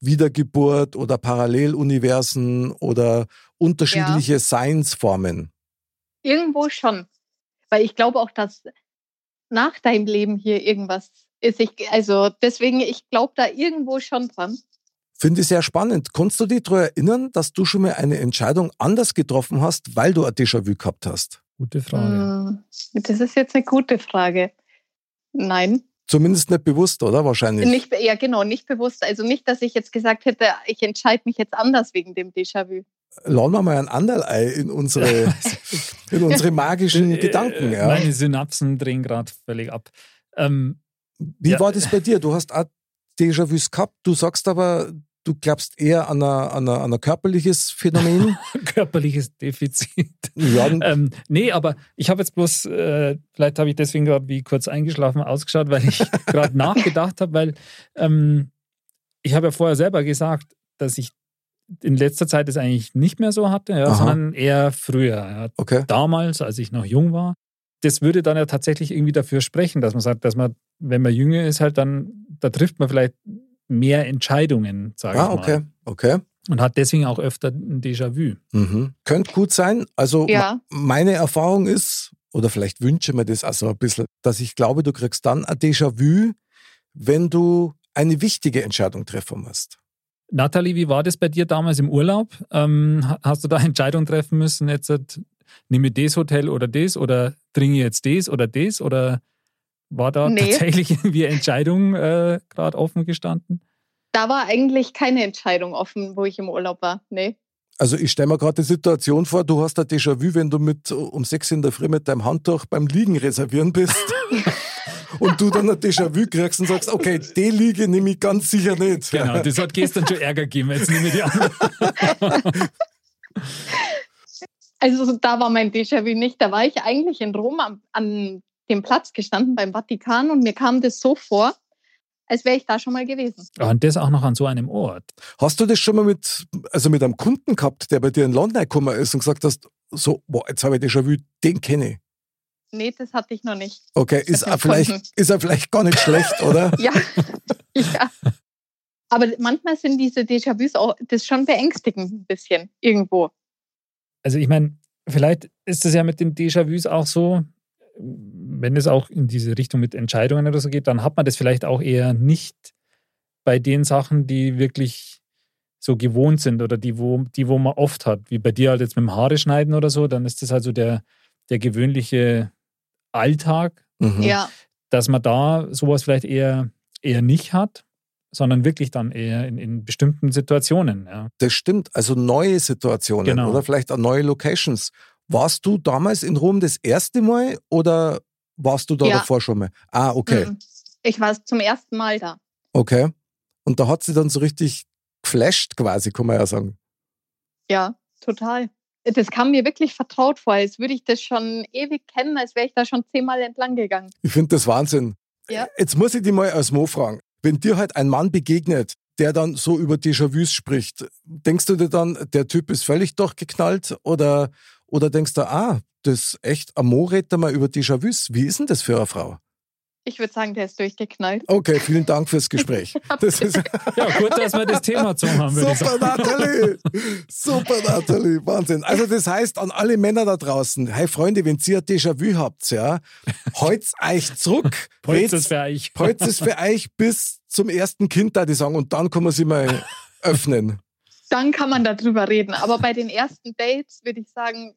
[SPEAKER 2] Wiedergeburt oder Paralleluniversen oder unterschiedliche Seinsformen.
[SPEAKER 5] irgendwo schon. Weil ich glaube auch, dass nach deinem Leben hier irgendwas ist. Ich, also deswegen, ich glaube da irgendwo schon dran.
[SPEAKER 2] Finde ich sehr spannend. Konntest du dich daran erinnern, dass du schon mal eine Entscheidung anders getroffen hast, weil du ein Déjà-vu gehabt hast?
[SPEAKER 3] gute Frage.
[SPEAKER 5] Hm, Das ist jetzt eine gute Frage. Nein,
[SPEAKER 2] Zumindest nicht bewusst, oder? Wahrscheinlich.
[SPEAKER 5] nicht, ja genau, nicht bewusst. Also nicht, dass ich jetzt gesagt hätte, ich entscheide mich jetzt anders wegen dem Déjà-vu.
[SPEAKER 2] Lauen wir mal ein Anderlei in unsere, in unsere magischen Gedanken.
[SPEAKER 3] Äh,
[SPEAKER 2] Ja.
[SPEAKER 3] Meine Synapsen drehen gerade völlig ab. Ähm,
[SPEAKER 2] Wie
[SPEAKER 3] Ja.
[SPEAKER 2] war das bei dir? Du hast auch Déjà-vus gehabt, du sagst aber, du glaubst eher an ein, an ein, an ein körperliches Phänomen.
[SPEAKER 3] körperliches Defizit.
[SPEAKER 2] ja, n-
[SPEAKER 3] Ähm, nee, aber ich habe jetzt bloß, äh, vielleicht habe ich deswegen gerade wie kurz eingeschlafen ausgeschaut, weil ich gerade nachgedacht habe, weil ähm, ich habe ja vorher selber gesagt, dass ich in letzter Zeit es eigentlich nicht mehr so hatte, ja,
[SPEAKER 2] Aha.
[SPEAKER 3] sondern eher früher. Ja.
[SPEAKER 2] okay.
[SPEAKER 3] Damals, als ich noch jung war, das würde dann ja tatsächlich irgendwie dafür sprechen, dass man sagt, dass man, wenn man jünger ist, halt dann, da trifft man vielleicht mehr Entscheidungen, sage
[SPEAKER 2] Ah,
[SPEAKER 3] ich mal.
[SPEAKER 2] okay. Okay.
[SPEAKER 3] Und hat deswegen auch öfter ein Déjà-vu.
[SPEAKER 2] Mhm. Könnte gut sein. Also
[SPEAKER 5] Ja,
[SPEAKER 2] meine Erfahrung ist, oder vielleicht wünsche mir das auch so ein bisschen, dass ich glaube, du kriegst dann ein Déjà-vu, wenn du eine wichtige Entscheidung treffen musst.
[SPEAKER 3] Nathalie, wie war das bei dir damals im Urlaub? Ähm, ha- hast du da Entscheidungen treffen müssen? Jetzt hat, nehme ich das Hotel oder das oder dringe jetzt das oder das? Oder war da
[SPEAKER 5] Nee.
[SPEAKER 3] tatsächlich irgendwie eine Entscheidung äh, gerade offen gestanden?
[SPEAKER 5] da war eigentlich keine Entscheidung offen, wo ich im Urlaub war. ne. Nee.
[SPEAKER 2] Also ich stelle mir gerade die Situation vor, du hast ein Déjà-vu, wenn du mit äh, um sechs in der Früh mit deinem Handtuch beim Liegen reservieren bist und du dann ein Déjà-vu kriegst und sagst, okay, die Liege nehme ich ganz sicher nicht.
[SPEAKER 3] Genau, das hat gestern schon Ärger gegeben. Jetzt nehme ich die andere.
[SPEAKER 5] Also so- da war mein Déjà-vu nicht. Da war ich eigentlich in Rom am, an dem Platz gestanden beim Vatikan und mir kam das so vor, als wäre ich da schon mal gewesen.
[SPEAKER 3] Ah, Und das auch noch an so einem Ort.
[SPEAKER 2] Hast du das schon mal mit, also mit einem Kunden gehabt, der bei dir in London gekommen ist und gesagt hast, so, boah, jetzt habe ich Déjà-vu, den kenne ich.
[SPEAKER 5] Nee, Ne, das hatte ich noch nicht.
[SPEAKER 2] Okay, ist
[SPEAKER 5] Das
[SPEAKER 2] er, Ah, vielleicht,
[SPEAKER 5] konnten.
[SPEAKER 2] ist er vielleicht gar nicht schlecht, oder?
[SPEAKER 5] Ja. ja. Aber manchmal sind diese Déjà-vus auch das schon beängstigend ein bisschen irgendwo.
[SPEAKER 3] Also ich meine, vielleicht ist es ja mit den Déjà-vus auch so, wenn es auch in diese Richtung mit Entscheidungen oder so geht, dann hat man das vielleicht auch eher nicht bei den Sachen, die wirklich so gewohnt sind oder die, wo, die, wo man oft hat. Wie bei dir halt jetzt mit dem Haare schneiden oder so, dann ist das also der, der gewöhnliche Alltag,
[SPEAKER 2] Mhm.
[SPEAKER 5] Ja.
[SPEAKER 3] dass man da sowas vielleicht eher, eher nicht hat, sondern wirklich dann eher in, in bestimmten Situationen. Ja.
[SPEAKER 2] Das stimmt. Also neue Situationen
[SPEAKER 3] Genau.
[SPEAKER 2] oder vielleicht auch neue Locations. Warst du damals in Rom das erste Mal oder warst du da
[SPEAKER 5] Ja.
[SPEAKER 2] davor schon mal? Ah, okay.
[SPEAKER 5] Mhm. Ich war zum ersten Mal da.
[SPEAKER 2] Okay. Und da hat sie dann so richtig geflasht quasi, kann man ja sagen.
[SPEAKER 5] Ja, total. Das kam mir wirklich vertraut vor, als würde ich das schon ewig kennen, als wäre ich da schon zehnmal entlang gegangen.
[SPEAKER 2] Ich finde das Wahnsinn.
[SPEAKER 5] Ja.
[SPEAKER 2] Jetzt muss ich dich mal als Mo fragen. Wenn dir halt ein Mann begegnet, der dann so über Déjà-vus spricht, denkst du dir dann, der Typ ist völlig durchgeknallt? Oder, oder denkst du, ah, das ist echt, ein Mo redet da mal über Déjà-vus. Wie ist denn das für eine Frau?
[SPEAKER 5] Ich würde sagen, der ist durchgeknallt.
[SPEAKER 2] Okay, vielen Dank fürs Gespräch. Das ist
[SPEAKER 3] Ja, gut, dass wir das Thema gezogen haben, würde ich
[SPEAKER 2] Super,
[SPEAKER 3] sagen.
[SPEAKER 2] Nathalie! Super, Nathalie! Wahnsinn. Also, das heißt, an alle Männer da draußen, hey Freunde, wenn ihr ein Déjà-vu habt, ja, holt's euch zurück.
[SPEAKER 3] Polz ist
[SPEAKER 2] Red's-
[SPEAKER 3] für euch.
[SPEAKER 2] Holz ist für euch bis zum ersten Kind, da die sagen, und dann kann man sie mal öffnen.
[SPEAKER 5] Dann kann man darüber reden. Aber bei den ersten Dates würde ich sagen,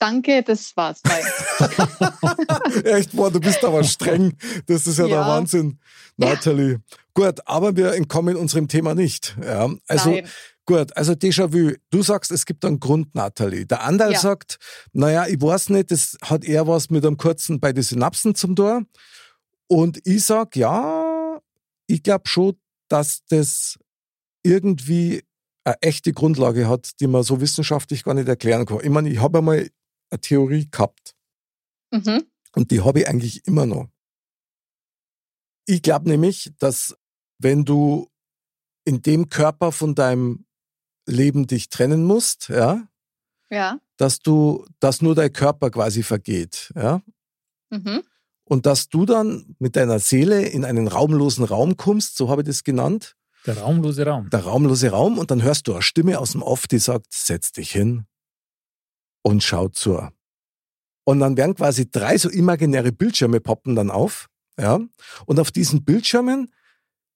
[SPEAKER 5] danke, das war's. Bye.
[SPEAKER 2] Echt, boah, du bist aber streng. Das ist ja, der
[SPEAKER 5] Ja.
[SPEAKER 2] Wahnsinn, Nathalie. Gut, aber wir entkommen unserem Thema nicht. Ja, also
[SPEAKER 5] Nein.
[SPEAKER 2] gut, also Déjà-vu. Du sagst, es gibt einen Grund, Nathalie. Der Anderl
[SPEAKER 5] Ja.
[SPEAKER 2] sagt, naja, ich weiß nicht, das hat eher was mit einem kurzen bei den Synapsen zum Tor. Und ich sag, ja, ich glaube schon, dass das irgendwie eine echte Grundlage hat, die man so wissenschaftlich gar nicht erklären kann. Ich meine, ich habe einmal eine Theorie gehabt.
[SPEAKER 5] Mhm.
[SPEAKER 2] Und die habe ich eigentlich immer noch. Ich glaube nämlich, dass wenn du in dem Körper von deinem Leben dich trennen musst, ja,
[SPEAKER 5] Ja.
[SPEAKER 2] dass du, dass nur dein Körper quasi vergeht, ja,
[SPEAKER 5] Mhm.
[SPEAKER 2] und dass du dann mit deiner Seele in einen raumlosen Raum kommst, so habe ich das genannt,
[SPEAKER 3] Der raumlose Raum.
[SPEAKER 2] der raumlose Raum, und dann hörst du eine Stimme aus dem Off, die sagt, setz dich hin und schau zur. Und dann werden quasi drei so imaginäre Bildschirme poppen dann auf, ja. Und auf diesen Bildschirmen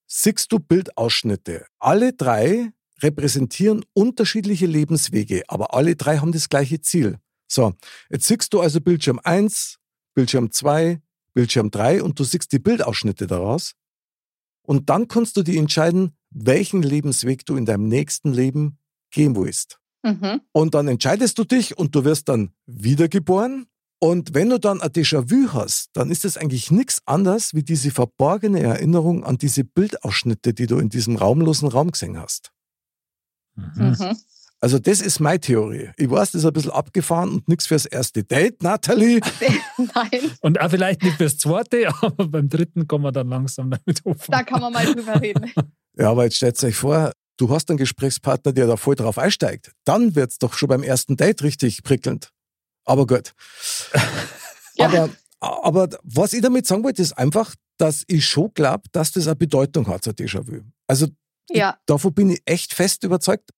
[SPEAKER 2] siehst du Bildausschnitte. Alle drei repräsentieren unterschiedliche Lebenswege, aber alle drei haben das gleiche Ziel. So, jetzt siehst du also Bildschirm 1, Bildschirm 2, Bildschirm 3 und du siehst die Bildausschnitte daraus. Und dann kannst du dir entscheiden, welchen Lebensweg du in deinem nächsten Leben gehen willst.
[SPEAKER 5] Mhm.
[SPEAKER 2] Und dann entscheidest du dich und du wirst dann wiedergeboren. Und wenn du dann ein Déjà-vu hast, dann ist es eigentlich nichts anderes wie diese verborgene Erinnerung an diese Bildausschnitte, die du in diesem raumlosen Raum gesehen hast.
[SPEAKER 3] Mhm.
[SPEAKER 5] Mhm.
[SPEAKER 2] Also das ist meine Theorie. Ich weiß, das ist ein bisschen abgefahren und nichts fürs erste Date, Nathalie.
[SPEAKER 5] Nein,
[SPEAKER 3] Und auch vielleicht nicht fürs zweite, aber beim dritten kommen wir dann langsam damit
[SPEAKER 5] da
[SPEAKER 3] anfangen.
[SPEAKER 5] kann man mal drüber reden.
[SPEAKER 2] Ja, aber jetzt stellt euch vor, du hast einen Gesprächspartner, der da voll drauf einsteigt. Dann wird's doch schon beim ersten Date richtig prickelnd. Aber gut.
[SPEAKER 5] Ja.
[SPEAKER 2] Aber, aber was ich damit sagen wollte, ist einfach, dass ich schon glaube, dass das eine Bedeutung hat, so ein Déjà-vu. Also
[SPEAKER 5] Ja.
[SPEAKER 2] davon bin ich echt fest überzeugt.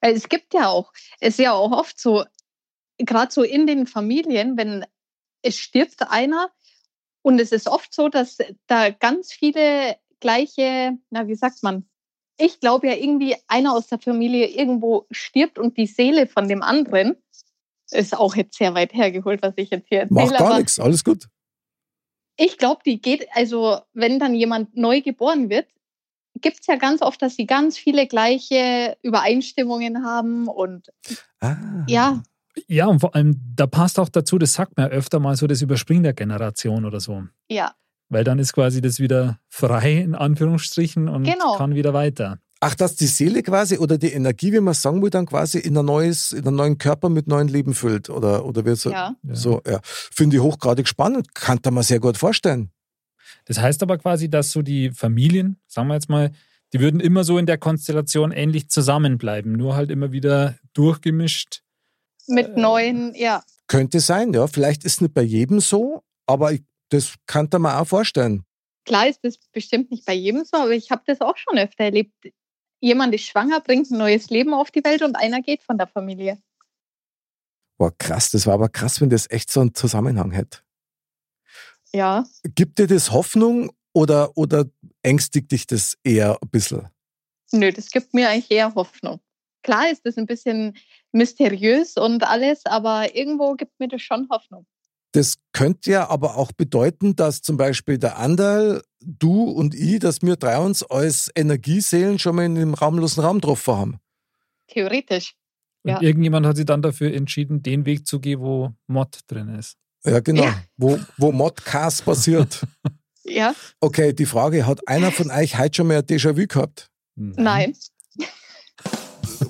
[SPEAKER 5] Weil Äh, Es gibt ja auch, es ist ja auch oft so, gerade so in den Familien, wenn es stirbt einer und es ist oft so, dass da ganz viele gleiche, na wie sagt man, ich glaube ja irgendwie, einer aus der Familie irgendwo stirbt und die Seele von dem anderen ist auch jetzt sehr weit hergeholt, was ich jetzt hier erzähle.
[SPEAKER 2] Macht gar nichts, alles gut.
[SPEAKER 5] Ich glaube, die geht, also wenn dann jemand neu geboren wird, gibt es ja ganz oft, dass sie ganz viele gleiche Übereinstimmungen haben und
[SPEAKER 2] Ah.
[SPEAKER 5] ja,
[SPEAKER 3] Ja, und vor allem, da passt auch dazu, das sagt man ja öfter mal so, das Überspringen der Generation oder so.
[SPEAKER 5] Ja,
[SPEAKER 3] Weil dann ist quasi das wieder frei, in Anführungsstrichen, und
[SPEAKER 5] Genau.
[SPEAKER 3] kann wieder weiter.
[SPEAKER 2] Ach, dass die Seele quasi oder die Energie, wie man sagen will, dann quasi in ein neues, in einen neuen Körper mit neuem Leben füllt oder oder wird so.
[SPEAKER 5] ja.
[SPEAKER 3] Ja.
[SPEAKER 2] So, ja. Finde ich hochgradig spannend. Kann da man sehr gut vorstellen.
[SPEAKER 3] Das heißt aber quasi, dass so die Familien, sagen wir jetzt mal, die würden immer so in der Konstellation ähnlich zusammenbleiben, nur halt immer wieder durchgemischt.
[SPEAKER 5] Mit
[SPEAKER 3] Äh,
[SPEAKER 5] neuen, ja.
[SPEAKER 2] Könnte sein, ja. Vielleicht ist nicht bei jedem so, aber ich, das kann da man auch vorstellen.
[SPEAKER 5] Klar ist das bestimmt nicht bei jedem so, aber ich habe das auch schon öfter erlebt. Jemand ist schwanger, bringt ein neues Leben auf die Welt und einer geht von der Familie.
[SPEAKER 2] Boah, krass. Das war aber krass, wenn das echt so einen Zusammenhang hätte.
[SPEAKER 5] Ja,
[SPEAKER 2] Gibt dir das Hoffnung oder, oder ängstigt dich das eher ein bisschen?
[SPEAKER 5] nö, das gibt mir eigentlich eher Hoffnung. Klar ist das ein bisschen mysteriös und alles, aber irgendwo gibt mir das schon Hoffnung.
[SPEAKER 2] Das könnte ja aber auch bedeuten, dass zum Beispiel der Anderl, du und ich, dass wir drei uns als Energieseelen schon mal in dem raumlosen Raum getroffen haben.
[SPEAKER 5] Theoretisch.
[SPEAKER 3] Und
[SPEAKER 5] Ja.
[SPEAKER 3] irgendjemand hat sich dann dafür entschieden, den Weg zu gehen, wo Mod drin ist.
[SPEAKER 2] Ja, genau.
[SPEAKER 5] Ja.
[SPEAKER 2] Wo, wo Modcast passiert.
[SPEAKER 5] Ja,
[SPEAKER 2] Mhm. Okay, die Frage, hat einer von euch heute schon mal ein Déjà-vu gehabt?
[SPEAKER 5] nein.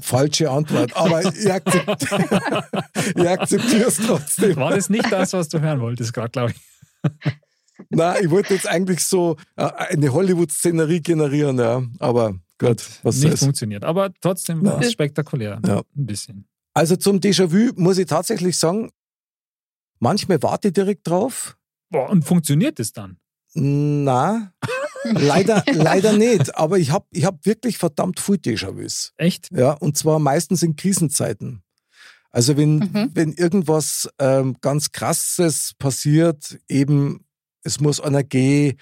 [SPEAKER 2] Falsche Antwort, aber ich, akzept- ich akzeptiere es trotzdem.
[SPEAKER 3] War das nicht das, was du hören wolltest, gerade, glaube ich.
[SPEAKER 2] Nein, ich wollte jetzt eigentlich so äh, eine Hollywood-Szenerie generieren, ja. aber gut, was
[SPEAKER 3] nicht
[SPEAKER 2] soll's.
[SPEAKER 3] funktioniert. Aber trotzdem war
[SPEAKER 2] Ja.
[SPEAKER 3] es spektakulär.
[SPEAKER 2] Ja.
[SPEAKER 3] Ein bisschen.
[SPEAKER 2] Also zum Déjà-vu muss ich tatsächlich sagen, manchmal warte ich direkt drauf.
[SPEAKER 3] Boah, und funktioniert es dann?
[SPEAKER 2] Na, leider, leider nicht. Aber ich habe ich hab wirklich verdammt viel Déjà-vus.
[SPEAKER 3] Echt?
[SPEAKER 2] Ja, und zwar meistens in Krisenzeiten. Also wenn,
[SPEAKER 5] Mhm.
[SPEAKER 2] wenn irgendwas ähm, ganz Krasses passiert, eben es muss einer gehen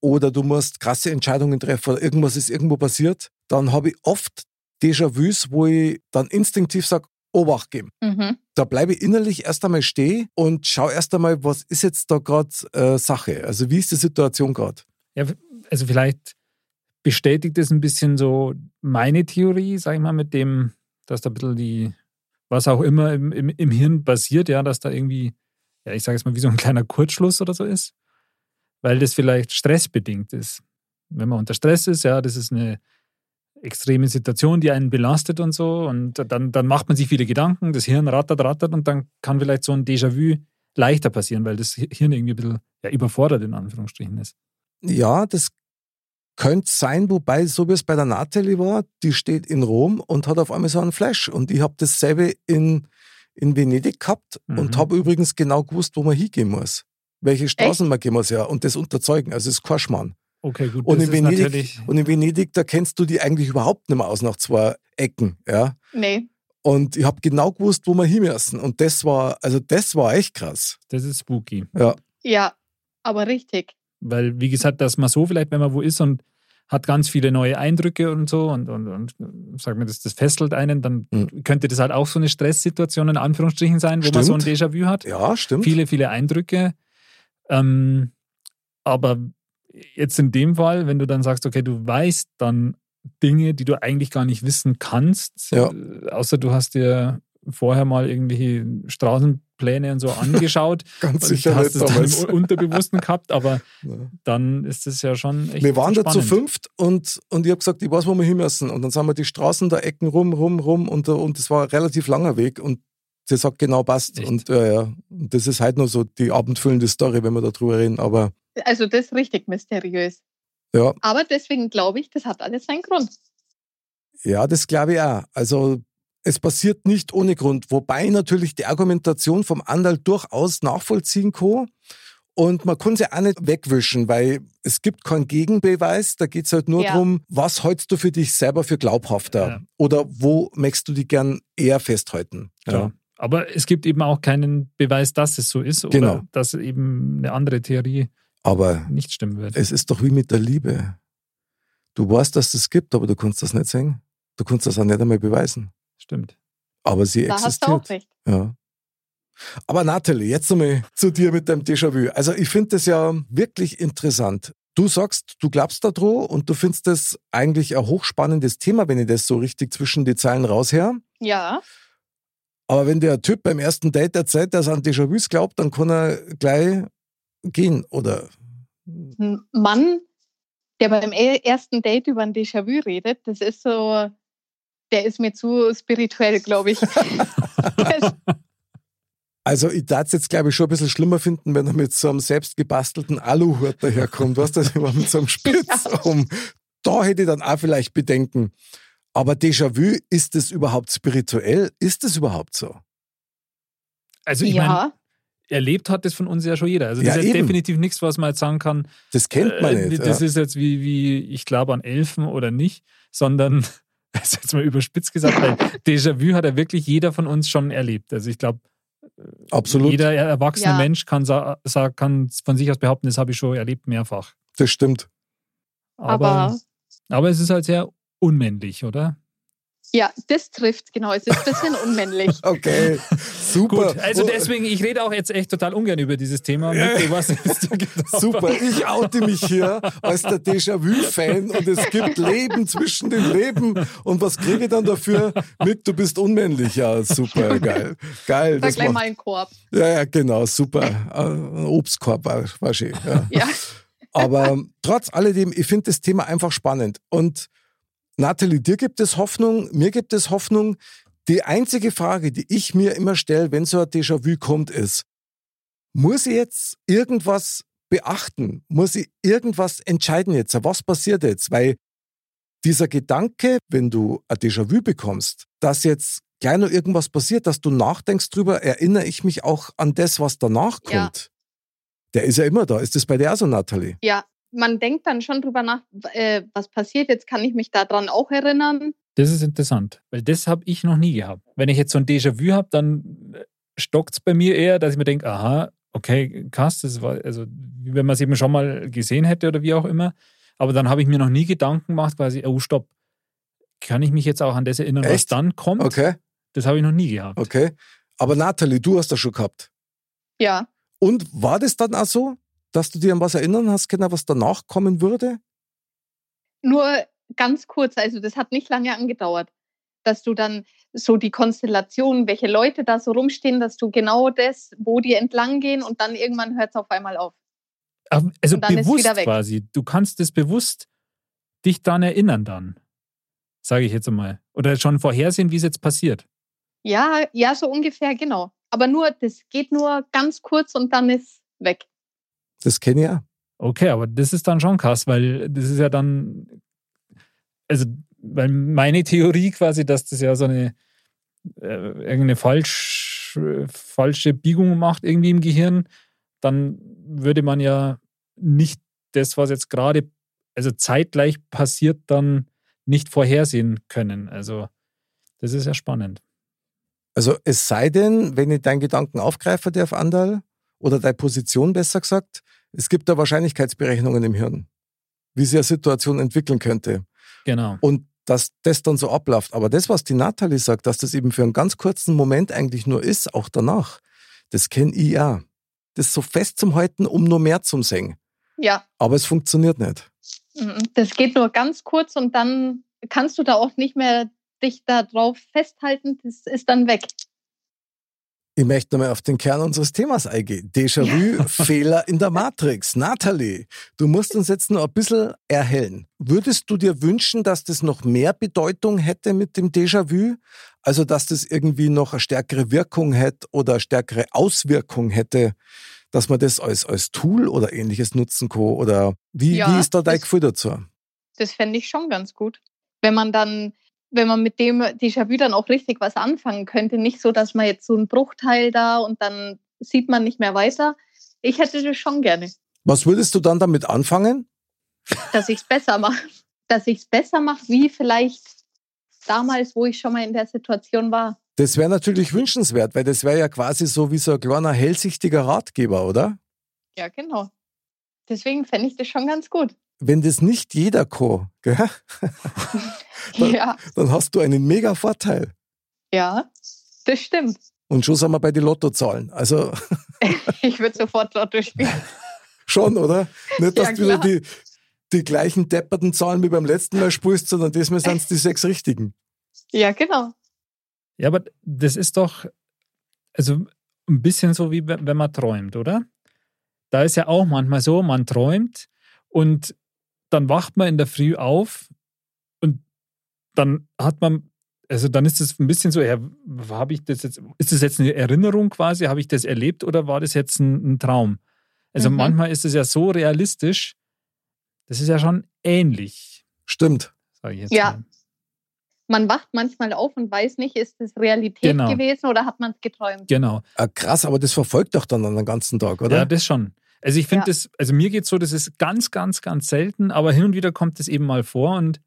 [SPEAKER 2] oder du musst krasse Entscheidungen treffen oder irgendwas ist irgendwo passiert, dann habe ich oft Déjà-vus, wo ich dann instinktiv sage, Obacht geben.
[SPEAKER 5] Mhm.
[SPEAKER 2] Da bleibe ich innerlich erst einmal stehen und schaue erst einmal, was ist jetzt da gerade äh, Sache? Also wie ist die Situation gerade?
[SPEAKER 3] also vielleicht bestätigt es ein bisschen so meine Theorie, sag ich mal, mit dem, dass da ein bisschen die, was auch immer im, im, im Hirn passiert, ja, dass da irgendwie, ja, ich sage jetzt mal, wie so ein kleiner Kurzschluss oder so ist, weil das vielleicht stressbedingt ist. Wenn man unter Stress ist, ja, das ist eine extreme Situation, die einen belastet und so, und dann, dann macht man sich viele Gedanken, das Hirn rattert, rattert, und dann kann vielleicht so ein Déjà-vu leichter passieren, weil das Hirn irgendwie ein bisschen ja, überfordert in Anführungsstrichen ist.
[SPEAKER 2] Ja, das könnte sein, wobei, so wie es bei der Natalie war, die steht in Rom und hat auf einmal so einen Flash. Und ich habe dasselbe in, in Venedig gehabt und
[SPEAKER 3] Mhm.
[SPEAKER 2] habe übrigens genau gewusst, wo man hingehen muss. Welche Straßen man gehen muss, ja. Und das unterzeugen. Also es ist kein Schmarrn.
[SPEAKER 3] Okay, gut.
[SPEAKER 2] Und
[SPEAKER 3] das
[SPEAKER 2] in,
[SPEAKER 3] ist
[SPEAKER 2] Venedig,
[SPEAKER 3] natürlich.
[SPEAKER 2] und in Venedig, da kennst du die eigentlich überhaupt nicht mehr aus nach zwei Ecken, ja.
[SPEAKER 5] Nee.
[SPEAKER 2] Und ich habe genau gewusst, wo wir hin müssen. Und das war, also das war echt krass.
[SPEAKER 3] Das ist spooky.
[SPEAKER 5] Ja, aber richtig.
[SPEAKER 3] Weil, wie gesagt, dass man so vielleicht, wenn man wo ist und hat ganz viele neue Eindrücke und so und, und, und sag mir, das, das fesselt einen, dann
[SPEAKER 2] Mhm.
[SPEAKER 3] könnte das halt auch so eine Stresssituation in Anführungsstrichen sein, wo man so ein
[SPEAKER 2] Stimmt.
[SPEAKER 3] Déjà-vu hat.
[SPEAKER 2] Ja, stimmt.
[SPEAKER 3] Viele, viele Eindrücke. Ähm, aber jetzt in dem Fall, wenn du dann sagst, okay, du weißt dann Dinge, die du eigentlich gar nicht wissen kannst,
[SPEAKER 2] Ja.
[SPEAKER 3] äh, außer du hast dir vorher mal irgendwelche Straßenpläne und so angeschaut,
[SPEAKER 2] Ganz
[SPEAKER 3] Und
[SPEAKER 2] sicher
[SPEAKER 3] hast
[SPEAKER 2] nicht
[SPEAKER 3] es dann
[SPEAKER 2] damals.
[SPEAKER 3] im Unterbewussten gehabt, aber
[SPEAKER 2] Ja.
[SPEAKER 3] dann ist es ja schon echt
[SPEAKER 2] Wir waren da zu
[SPEAKER 3] spannend.
[SPEAKER 2] fünft und, und ich habe gesagt, ich weiß, wo wir hin müssen. Und dann sind wir die Straßen da Ecken rum, rum, rum und, da- und das war ein relativ langer Weg und das hat genau passt.
[SPEAKER 3] Echt?
[SPEAKER 2] Und ja, ja. Und das ist halt nur so die abendfüllende Story, wenn wir da drüber reden. Aber
[SPEAKER 5] Also das ist richtig mysteriös.
[SPEAKER 2] ja,
[SPEAKER 5] Aber deswegen glaube ich, das hat alles seinen Grund.
[SPEAKER 2] ja, das glaube ich auch. Also es passiert nicht ohne Grund, wobei ich natürlich die Argumentation vom Andal durchaus nachvollziehen kann. Und man kann sie auch nicht wegwischen, weil es gibt keinen Gegenbeweis. Da geht es halt nur
[SPEAKER 5] Ja.
[SPEAKER 2] darum, was hältst du für dich selber für glaubhafter?
[SPEAKER 3] Ja.
[SPEAKER 2] Oder wo möchtest du die gern eher festhalten?
[SPEAKER 3] Klar. Aber es gibt eben auch keinen Beweis, dass es so ist
[SPEAKER 2] Genau.
[SPEAKER 3] oder dass eben eine andere Theorie
[SPEAKER 2] Aber
[SPEAKER 3] nicht stimmen wird.
[SPEAKER 2] es ist doch wie mit der Liebe. Du weißt, dass es das gibt, aber du kannst das nicht sehen. Du kannst das auch nicht einmal beweisen.
[SPEAKER 3] Stimmt.
[SPEAKER 2] Aber sie
[SPEAKER 5] Da hast
[SPEAKER 2] existiert.
[SPEAKER 5] du auch recht.
[SPEAKER 2] Ja. Aber Nathalie, jetzt nochmal zu dir mit deinem Déjà-vu. Also ich finde das ja wirklich interessant. Du sagst, du glaubst da dran und du findest das eigentlich ein hochspannendes Thema, wenn ich das so richtig zwischen die Zeilen raushöre.
[SPEAKER 5] Ja,
[SPEAKER 2] Aber wenn der Typ beim ersten Date erzählt, dass er an Déjà-vus glaubt, dann kann er gleich gehen, oder?
[SPEAKER 5] ein Mann, der beim e- ersten Date über ein Déjà-vu redet, das ist so, der ist mir zu spirituell, glaube ich. Das-
[SPEAKER 2] Also ich darf es jetzt, glaube ich, schon ein bisschen schlimmer finden, wenn er mit so einem selbstgebastelten Aluhut daherkommt. Weißt du, immer mit so einem Spitz um. Da hätte ich dann auch vielleicht Bedenken. Aber Déjà-vu, ist es überhaupt spirituell? Ist es überhaupt so?
[SPEAKER 3] Also ich meine,
[SPEAKER 5] ja,
[SPEAKER 3] erlebt hat das von uns ja schon jeder. Also das
[SPEAKER 2] Ja,
[SPEAKER 3] ist jetzt
[SPEAKER 2] eben.
[SPEAKER 3] definitiv nichts, was man jetzt sagen kann,
[SPEAKER 2] Das kennt man
[SPEAKER 3] äh,
[SPEAKER 2] nicht.
[SPEAKER 3] das
[SPEAKER 2] ja.
[SPEAKER 3] ist jetzt wie, wie ich glaube an Elfen oder nicht, sondern das ist jetzt mal überspitzt gesagt, weil Déjà-vu hat ja wirklich jeder von uns schon erlebt. Also ich glaube,
[SPEAKER 2] Absolut,
[SPEAKER 3] Jeder erwachsene
[SPEAKER 5] Ja.
[SPEAKER 3] Mensch kann, sa sa kann von sich aus behaupten, das habe ich schon erlebt mehrfach.
[SPEAKER 2] das stimmt.
[SPEAKER 5] aber
[SPEAKER 3] aber es ist halt sehr unmännlich, oder?
[SPEAKER 5] Ja, das trifft, genau. Es ist ein bisschen unmännlich.
[SPEAKER 2] Okay, super. äh,
[SPEAKER 3] Gut, also deswegen, ich rede auch jetzt echt total ungern über dieses Thema. Micky, was ist da genau
[SPEAKER 2] Super, ich oute mich hier als der Déjà-vu-Fan und es gibt Leben zwischen den Leben. Und was kriege ich dann dafür? Mick, du bist unmännlich. Ja, super, geil. Geil.
[SPEAKER 5] Da
[SPEAKER 2] Das
[SPEAKER 5] gleich mal
[SPEAKER 2] macht,
[SPEAKER 5] einen Korb.
[SPEAKER 2] ja, ja, genau, super. Äh, Ein Obstkorb war, war schön. Ja.
[SPEAKER 5] Ja,
[SPEAKER 2] Aber trotz alledem, ich finde das Thema einfach spannend. Und Nathalie, dir gibt es Hoffnung, mir gibt es Hoffnung. Die einzige Frage, die ich mir immer stelle, wenn so ein Déjà-vu kommt, ist, muss ich jetzt irgendwas beachten? Muss ich irgendwas entscheiden jetzt? Was passiert jetzt? Weil dieser Gedanke, wenn du ein Déjà-vu bekommst, dass jetzt gleich noch irgendwas passiert, dass du nachdenkst drüber, erinnere ich mich auch an das, was danach kommt.
[SPEAKER 5] Ja.
[SPEAKER 2] Der ist ja immer da. Ist das bei dir auch so, Nathalie?
[SPEAKER 5] ja. Man denkt dann schon drüber nach, äh, was passiert jetzt, kann ich mich daran auch erinnern.
[SPEAKER 3] Das ist interessant, weil das habe ich noch nie gehabt. Wenn ich jetzt so ein Déjà-vu habe, dann stockt es bei mir eher, dass ich mir denke, aha, okay, krass, das war, also wie wenn man es eben schon mal gesehen hätte oder wie auch immer. Aber dann habe ich mir noch nie Gedanken gemacht, quasi, oh, stopp, kann ich mich jetzt auch an das erinnern, was
[SPEAKER 2] Echt?
[SPEAKER 3] dann kommt?
[SPEAKER 2] Okay.
[SPEAKER 3] Das habe ich noch nie gehabt.
[SPEAKER 2] Okay. Aber Nathalie, du hast das schon gehabt.
[SPEAKER 5] Ja,
[SPEAKER 2] Und war das dann auch so, dass du dir an was erinnern hast können, was danach kommen würde?
[SPEAKER 5] nur ganz kurz, also das hat nicht lange angedauert, dass du dann so die Konstellation, welche Leute da so rumstehen, dass du genau das, wo die entlang gehen und dann irgendwann hört es auf einmal auf.
[SPEAKER 3] Aber- Also
[SPEAKER 5] Und dann ist
[SPEAKER 3] bewusst
[SPEAKER 5] wieder weg.
[SPEAKER 3] quasi. Du kannst es bewusst dich daran erinnern dann. Sage ich jetzt einmal. Oder schon vorhersehen, wie es jetzt passiert.
[SPEAKER 5] Ja, ja, so ungefähr, genau. Aber nur, das geht nur ganz kurz und dann ist weg.
[SPEAKER 2] Das kenne ich auch.
[SPEAKER 3] Okay, aber das ist dann schon krass, weil das ist ja dann, also, weil meine Theorie quasi, dass das ja so eine äh, irgendeine falsch, äh, falsche Biegung macht irgendwie im Gehirn, dann würde man ja nicht das, was jetzt gerade, also zeitgleich passiert, dann nicht vorhersehen können. Also, das ist ja spannend.
[SPEAKER 2] Also es sei denn, wenn ich deinen Gedanken aufgreife, der auf Andal, oder deine Position besser gesagt, es gibt da Wahrscheinlichkeitsberechnungen im Hirn, wie sich eine Situation entwickeln könnte.
[SPEAKER 3] Genau.
[SPEAKER 2] Und dass das dann so abläuft. Aber das, was die Nathalie sagt, dass das eben für einen ganz kurzen Moment eigentlich nur ist, auch danach, das kenne ich ja. Das ist so fest zum Halten, um nur mehr zum Singen.
[SPEAKER 5] Ja,
[SPEAKER 2] Aber es funktioniert nicht.
[SPEAKER 5] mhm. das geht nur ganz kurz und dann kannst du da auch nicht mehr dich da drauf festhalten, das ist dann weg.
[SPEAKER 2] Ich möchte nochmal auf den Kern unseres Themas eingehen. Déjà-vu, Fehler in der Matrix. Nathalie, du musst uns jetzt noch ein bisschen erhellen. Würdest du dir wünschen, dass das noch mehr Bedeutung hätte mit dem Déjà-vu? Also, dass das irgendwie noch eine stärkere Wirkung hätte oder eine stärkere Auswirkung hätte, dass man das als, als Tool oder ähnliches nutzen kann? Oder wie,
[SPEAKER 5] Ja,
[SPEAKER 2] wie ist da dein
[SPEAKER 5] das-
[SPEAKER 2] Gefühl dazu?
[SPEAKER 5] Das fände ich schon ganz gut. Wenn man dann, wenn man mit dem Déjà-vu dann auch richtig was anfangen könnte, nicht so, dass man jetzt so einen Bruchteil da und dann sieht man nicht mehr weiter. Ich hätte das schon gerne,
[SPEAKER 2] Was würdest du dann damit anfangen?
[SPEAKER 5] dass ich es besser mache. Dass ich es besser mache, wie vielleicht damals, wo ich schon mal in der Situation war.
[SPEAKER 2] Das wäre natürlich wünschenswert, weil das wäre ja quasi so wie so ein kleiner hellsichtiger Ratgeber, oder?
[SPEAKER 5] Ja, genau. Deswegen fände ich das schon ganz gut.
[SPEAKER 2] wenn das nicht jeder kann, gell, Weil-
[SPEAKER 5] Ja,
[SPEAKER 2] dann hast du einen mega Vorteil.
[SPEAKER 5] ja, das stimmt.
[SPEAKER 2] Und schon sind wir bei den Lottozahlen. Also
[SPEAKER 5] Ich würde sofort Lotto spielen.
[SPEAKER 2] schon, oder? Nicht, dass
[SPEAKER 5] Ja,
[SPEAKER 2] du wieder
[SPEAKER 5] klar.
[SPEAKER 2] die, die gleichen depperten Zahlen wie beim letzten Mal spulst, sondern diesmal sind es die sechs richtigen.
[SPEAKER 5] Ja, genau.
[SPEAKER 3] Ja, aber das ist doch also ein bisschen so wie we- wenn man träumt, oder? Da ist ja auch manchmal so, man träumt und dann wacht man in der Früh auf und dann hat man also dann ist es ein bisschen so, ja, habe ich das jetzt ist das jetzt eine Erinnerung quasi, habe ich das erlebt oder war das jetzt ein, ein Traum? Also
[SPEAKER 5] Mhm.
[SPEAKER 3] manchmal ist es ja so realistisch, das ist ja schon ähnlich,
[SPEAKER 2] Stimmt.
[SPEAKER 3] sage ich jetzt.
[SPEAKER 5] Ja.
[SPEAKER 3] mal.
[SPEAKER 5] Man wacht manchmal auf und weiß nicht, ist das Realität
[SPEAKER 3] Genau.
[SPEAKER 5] gewesen oder hat man es geträumt?
[SPEAKER 3] Genau.
[SPEAKER 2] Ah, krass, aber das verfolgt doch dann den ganzen Tag, oder?
[SPEAKER 3] Ja, das schon. Also ich finde
[SPEAKER 5] Ja.
[SPEAKER 3] das, also mir geht es so, das ist ganz, ganz, ganz selten, aber hin und wieder kommt es eben mal vor und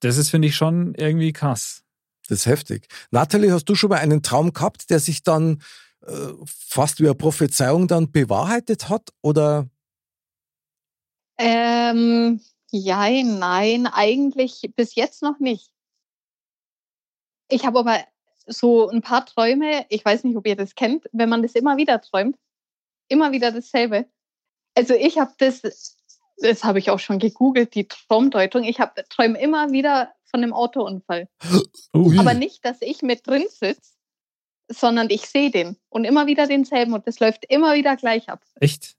[SPEAKER 3] das ist, finde ich, schon irgendwie krass.
[SPEAKER 2] Das ist heftig. Nathalie, hast du schon mal einen Traum gehabt, der sich dann äh, fast wie eine Prophezeiung dann bewahrheitet hat? Oder
[SPEAKER 5] Ähm, ja, nein, eigentlich bis jetzt noch nicht. Ich habe aber so ein paar Träume, ich weiß nicht, ob ihr das kennt, wenn man das immer wieder träumt, immer wieder dasselbe. Also ich habe das, das habe ich auch schon gegoogelt, die Traumdeutung. Ich habe träume immer wieder von einem Autounfall.
[SPEAKER 2] Oh,
[SPEAKER 3] Ui.
[SPEAKER 5] Aber nicht, dass ich mit drin sitze, sondern ich sehe den und immer wieder denselben und das läuft immer wieder gleich ab.
[SPEAKER 3] Echt?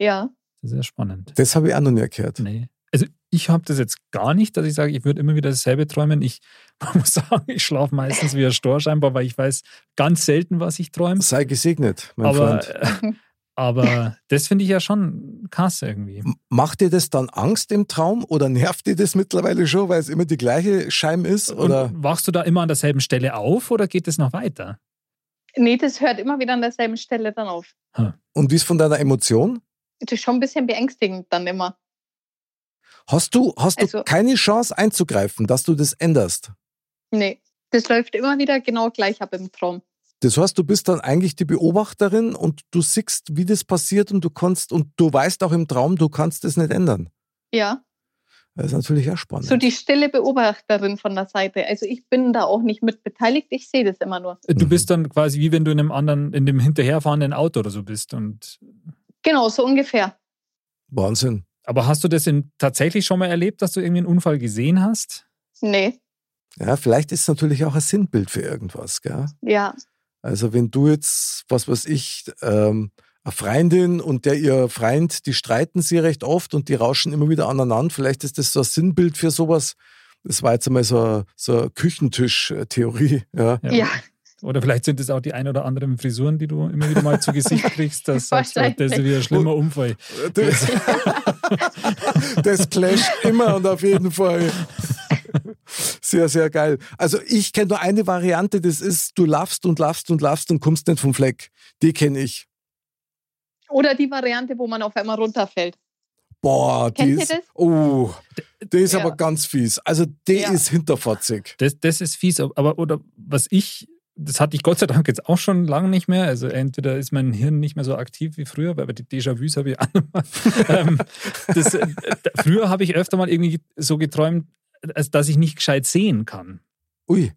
[SPEAKER 5] Ja.
[SPEAKER 3] Das ist ja spannend.
[SPEAKER 2] Das habe ich auch noch nie gehört.
[SPEAKER 3] Nee. Also ich habe das jetzt gar nicht, dass ich sage, ich würde immer wieder dasselbe träumen. Ich man muss sagen, ich schlafe meistens wie ein Stor scheinbar, weil ich weiß ganz selten, was ich träume.
[SPEAKER 2] Sei gesegnet, mein
[SPEAKER 3] Aber,
[SPEAKER 2] Freund.
[SPEAKER 3] äh, aber das finde ich ja schon krass irgendwie.
[SPEAKER 2] M- Macht dir das dann Angst im Traum oder nervt dir das mittlerweile schon, weil es immer die gleiche Scheim ist? Oder?
[SPEAKER 3] Und wachst du da immer an derselben Stelle auf oder geht es noch weiter?
[SPEAKER 5] Nee, das hört immer wieder an derselben Stelle dann auf.
[SPEAKER 2] Und wie ist von deiner Emotion?
[SPEAKER 5] Das ist schon ein bisschen beängstigend dann immer.
[SPEAKER 2] Hast du, hast du
[SPEAKER 5] Also-
[SPEAKER 2] keine Chance einzugreifen, dass du das änderst?
[SPEAKER 5] Nee, das läuft immer wieder genau gleich ab im Traum.
[SPEAKER 2] Das heißt, du bist dann eigentlich die Beobachterin und du siehst, wie das passiert und du kannst, und du weißt auch im Traum, du kannst das nicht ändern.
[SPEAKER 5] Ja,
[SPEAKER 2] Das ist natürlich auch spannend.
[SPEAKER 5] so die stille Beobachterin von der Seite. Also ich bin da auch nicht mit beteiligt, ich sehe das immer nur.
[SPEAKER 3] Du
[SPEAKER 2] Mhm.
[SPEAKER 3] bist dann quasi wie wenn du in einem anderen, in dem hinterherfahrenden Auto oder so bist. Und
[SPEAKER 5] Genau, so ungefähr.
[SPEAKER 2] Wahnsinn.
[SPEAKER 3] aber hast du das in, tatsächlich schon mal erlebt, dass du irgendwie einen Unfall gesehen hast?
[SPEAKER 5] Nee,
[SPEAKER 2] Ja, vielleicht ist es natürlich auch ein Sinnbild für irgendwas, gell?
[SPEAKER 5] ja,
[SPEAKER 2] Also wenn du jetzt, was weiß ich, ähm, eine Freundin und der ihr Freund, die streiten sie recht oft und die rauschen immer wieder aneinander. Vielleicht ist das so ein Sinnbild für sowas. Das war jetzt einmal so, eine- so eine Küchentisch-Theorie. Ja.
[SPEAKER 5] ja,
[SPEAKER 3] Oder vielleicht sind es auch die ein oder anderen Frisuren, die du immer wieder mal zu Gesicht kriegst. Das sagst du, das ist
[SPEAKER 5] Wahrscheinlich. Oh.
[SPEAKER 3] wieder ein schlimmer Unfall.
[SPEAKER 2] Das, das clasht immer und auf jeden Fall. Sehr, sehr geil. Also ich kenne nur eine Variante, das ist, du laufst und laufst und laufst und kommst nicht vom Fleck. Die kenne ich.
[SPEAKER 5] Oder die Variante, wo man auf einmal runterfällt.
[SPEAKER 2] Boah, die
[SPEAKER 5] Kennt ihr
[SPEAKER 2] ist,
[SPEAKER 5] das?
[SPEAKER 2] oh, die ist
[SPEAKER 5] Ja.
[SPEAKER 2] aber ganz fies. Also die
[SPEAKER 5] Ja.
[SPEAKER 2] ist hinterfotzig.
[SPEAKER 3] Das, das ist fies, aber oder was ich, das hatte ich Gott sei Dank jetzt auch schon lange nicht mehr. Also entweder ist mein Hirn nicht mehr so aktiv wie früher, weil die Déjà-vus habe ich auch noch mal. ähm, das, äh, d- Früher habe ich öfter mal irgendwie so geträumt, als dass ich nicht gescheit sehen kann.
[SPEAKER 2] Ui,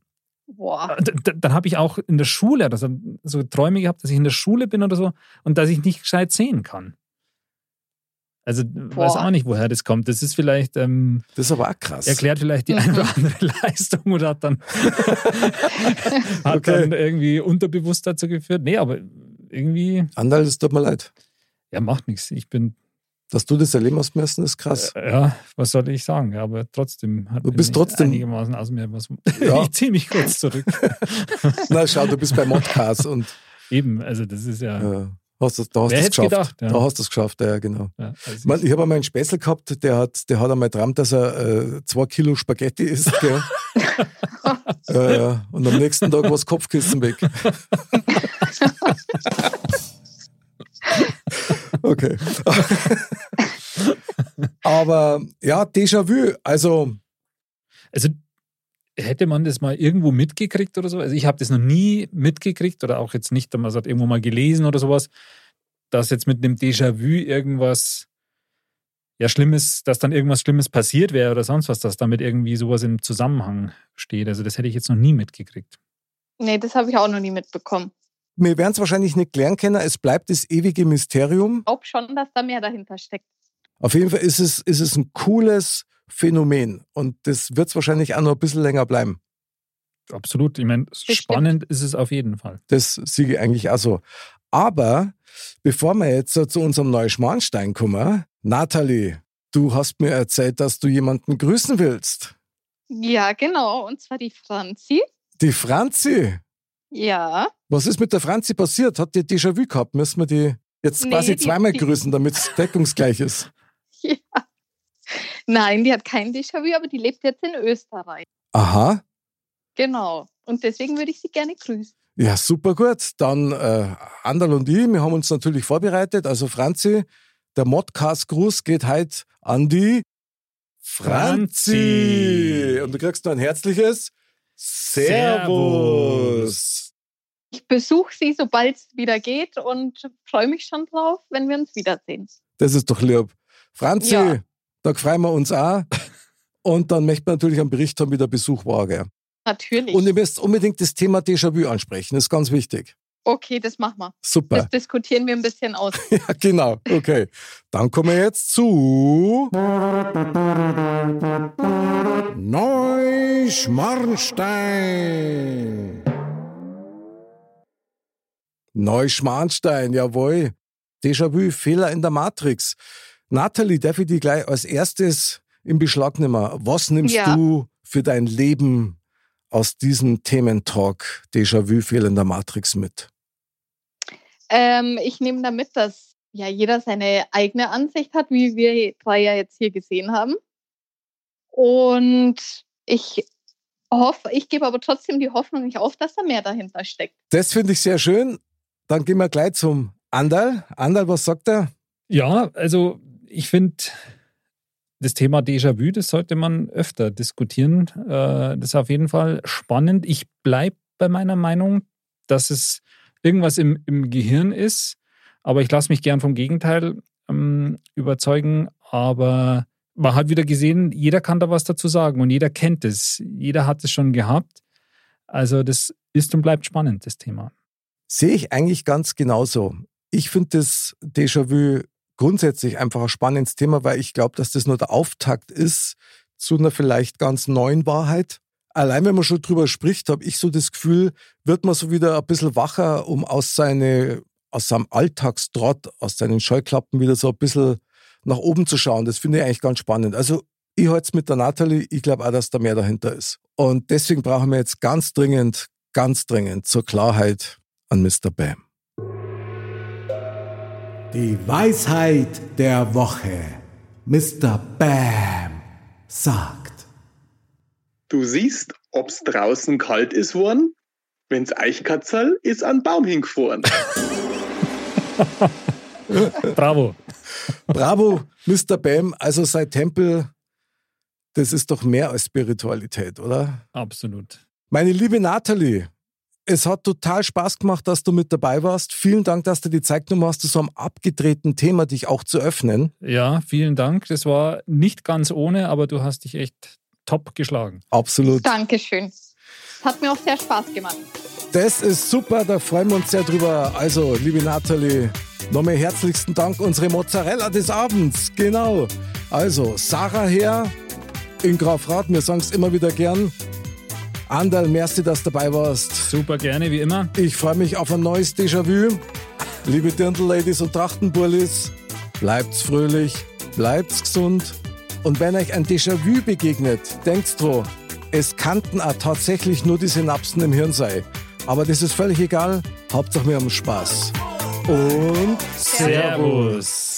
[SPEAKER 5] Boah,
[SPEAKER 3] Ah, D- d- Dann habe ich auch in der Schule oder so, so Träume gehabt, dass ich in der Schule bin oder so und dass ich nicht gescheit sehen kann. Also weiß
[SPEAKER 5] Boah.
[SPEAKER 3] auch nicht, woher das kommt. Das ist vielleicht ähm,
[SPEAKER 2] das ist aber auch krass.
[SPEAKER 3] erklärt vielleicht die eine oder andere Leistung oder hat dann, hat
[SPEAKER 2] Okay.
[SPEAKER 3] dann irgendwie unterbewusst dazu geführt. Nee, aber irgendwie,
[SPEAKER 2] Anderl, es tut mir leid.
[SPEAKER 3] ja, macht nichts. Ich bin,
[SPEAKER 2] Dass du das erleben hast müssen, ist krass.
[SPEAKER 3] äh, ja, was soll ich sagen? Ja, aber trotzdem hat
[SPEAKER 2] Du
[SPEAKER 3] mir
[SPEAKER 2] bist trotzdem-
[SPEAKER 3] einigermaßen aus mir was.
[SPEAKER 2] Ja.
[SPEAKER 3] ich ziehe mich kurz zurück.
[SPEAKER 2] Na schau, du bist bei Modcast und
[SPEAKER 3] Eben, also das ist ja.
[SPEAKER 2] äh, hast das, da hast
[SPEAKER 3] Wer
[SPEAKER 2] du es
[SPEAKER 3] hätte
[SPEAKER 2] geschafft.
[SPEAKER 3] gedacht? Ja.
[SPEAKER 2] Da hast du es geschafft, ja, genau.
[SPEAKER 3] ja, also
[SPEAKER 2] Man, ich habe einmal einen Späßel gehabt, der hat, der hat einmal geträumt, dass er äh, zwei Kilo Spaghetti isst. Gell? äh, ja. und am nächsten Tag war das Kopfkissen weg. okay. Aber ja, Déjà-vu. Also,
[SPEAKER 3] Also hätte man das mal irgendwo mitgekriegt oder so? Also ich habe das noch nie mitgekriegt oder auch jetzt nicht, man hat irgendwo mal gelesen oder sowas, dass jetzt mit einem Déjà-vu irgendwas ja Schlimmes, dass dann irgendwas Schlimmes passiert wäre oder sonst was, dass damit irgendwie sowas im Zusammenhang steht. Also das hätte ich jetzt noch nie mitgekriegt.
[SPEAKER 5] nee, das habe ich auch noch nie mitbekommen.
[SPEAKER 2] wir werden es wahrscheinlich nicht klären können. Es bleibt das ewige Mysterium.
[SPEAKER 5] Ich glaube schon, dass da mehr dahinter steckt.
[SPEAKER 2] Auf jeden Fall ist es, ist es ein cooles Phänomen. Und das wird es wahrscheinlich auch noch ein bisschen länger bleiben.
[SPEAKER 3] Absolut. Ich meine, spannend ist es auf jeden Fall.
[SPEAKER 2] Das siege ich eigentlich auch so. Aber bevor wir jetzt so zu unserem neuen Schmarnstein kommen, Nathalie, du hast mir erzählt, dass du jemanden grüßen willst.
[SPEAKER 5] Ja, genau, und zwar die Franzi.
[SPEAKER 2] Die Franzi.
[SPEAKER 5] Ja,
[SPEAKER 2] Was ist mit der Franzi passiert? Hat die Déjà-vu gehabt? Müssen wir die jetzt
[SPEAKER 5] Nee,
[SPEAKER 2] quasi
[SPEAKER 5] die-
[SPEAKER 2] zweimal
[SPEAKER 5] die-
[SPEAKER 2] grüßen, damit es deckungsgleich ist?
[SPEAKER 5] nein, die hat kein Déjà-vu, aber die lebt jetzt in Österreich.
[SPEAKER 2] Aha.
[SPEAKER 5] Genau, und deswegen würde ich sie gerne grüßen.
[SPEAKER 2] Ja, super gut. Dann äh, Anderl und ich, wir haben uns natürlich vorbereitet. Also Franzi, der Modcast-Gruß geht heute an die Franzi.
[SPEAKER 3] Franzi.
[SPEAKER 2] Und du kriegst noch ein herzliches Servus.
[SPEAKER 5] Ich besuche sie, sobald es wieder geht und freue mich schon drauf, wenn wir uns wiedersehen.
[SPEAKER 2] Das ist doch lieb. Franzi,
[SPEAKER 5] Ja.
[SPEAKER 2] da freuen wir uns auch. Und dann möchten wir natürlich einen Bericht haben, wie der Besuch war. Gell?
[SPEAKER 5] Natürlich.
[SPEAKER 2] Und ihr müsst unbedingt das Thema Déjà-vu ansprechen. Das ist ganz wichtig.
[SPEAKER 5] okay, das machen wir.
[SPEAKER 2] Super.
[SPEAKER 5] Das diskutieren wir ein bisschen aus.
[SPEAKER 2] Ja, genau. Okay. Dann kommen wir jetzt zu. Neuschmarnstein. Neuschmarnstein, jawohl. Déjà-vu, Fehler in der Matrix. Nathalie, darf ich dich gleich als erstes im Beschlag nehmen? Was nimmst
[SPEAKER 5] Ja.
[SPEAKER 2] du für dein Leben aus diesem Thementalk Déjà-vu, Fehler in der Matrix mit?
[SPEAKER 5] Ähm, ich nehme damit, dass ja jeder seine eigene Ansicht hat, wie wir drei ja jetzt hier gesehen haben. Und ich hoffe, ich gebe aber trotzdem die Hoffnung nicht auf, dass da mehr dahinter steckt.
[SPEAKER 2] Das finde ich sehr schön. Dann gehen wir gleich zum Andal. Andal, was sagt er?
[SPEAKER 3] Ja, also ich finde, das Thema Déjà-vu, das sollte man öfter diskutieren. Äh, Das ist auf jeden Fall spannend. Ich bleibe bei meiner Meinung, dass es irgendwas im, im Gehirn ist, aber ich lasse mich gern vom Gegenteil ähm, überzeugen. Aber man hat wieder gesehen, jeder kann da was dazu sagen und jeder kennt es. Jeder hat es schon gehabt. Also das ist und bleibt spannend, das Thema.
[SPEAKER 2] Sehe ich eigentlich ganz genauso. Ich finde das Déjà-vu grundsätzlich einfach ein spannendes Thema, weil ich glaube, dass das nur der Auftakt ist zu einer vielleicht ganz neuen Wahrheit. Allein wenn man schon drüber spricht, habe ich so das Gefühl, wird man so wieder ein bisschen wacher, um aus, seine, aus seinem Alltagstrott, aus seinen Scheuklappen wieder so ein bisschen nach oben zu schauen. Das finde ich eigentlich ganz spannend. Also ich halte es mit der Nathalie, ich glaube auch, dass da mehr dahinter ist. Und deswegen brauchen wir jetzt ganz dringend, ganz dringend zur Klarheit an Mr. Bam.
[SPEAKER 6] Die Weisheit der Woche. Mr. Bam sagt.
[SPEAKER 7] Du siehst, ob's draußen kalt ist worden, wenn's Eichkatzel ist an Baum hingefroren.
[SPEAKER 3] Bravo.
[SPEAKER 2] Bravo, Mr. Bam. Also sei Tempel, das ist doch mehr als Spiritualität, oder?
[SPEAKER 3] Absolut.
[SPEAKER 2] Meine liebe Nathalie, es hat total Spaß gemacht, dass du mit dabei warst. Vielen Dank, dass du die Zeit genommen hast, zu so einem abgedrehten Thema dich auch zu öffnen.
[SPEAKER 3] Ja, vielen Dank. Das war nicht ganz ohne, aber du hast dich echt top geschlagen.
[SPEAKER 2] Absolut.
[SPEAKER 5] Dankeschön. Es hat mir auch sehr Spaß gemacht.
[SPEAKER 2] Das ist super, da freuen wir uns sehr drüber. Also, liebe Nathalie, nochmal herzlichsten Dank, unsere Mozzarella des Abends. Genau. Also, Sarah her in Grafrath, wir sagen es immer wieder gern. Anderl, merci, dass du dabei warst.
[SPEAKER 3] Super gerne, wie immer.
[SPEAKER 2] Ich freue mich auf ein neues Déjà-vu. Liebe Dirndl-Ladies und Trachtenburlis, bleibt's fröhlich, bleibt's gesund. Und wenn euch ein Déjà-vu begegnet, denkt's dran, es kannten auch tatsächlich nur die Synapsen im Hirn sei. Aber das ist völlig egal, Hauptsache wir haben Spaß. Und
[SPEAKER 3] Servus.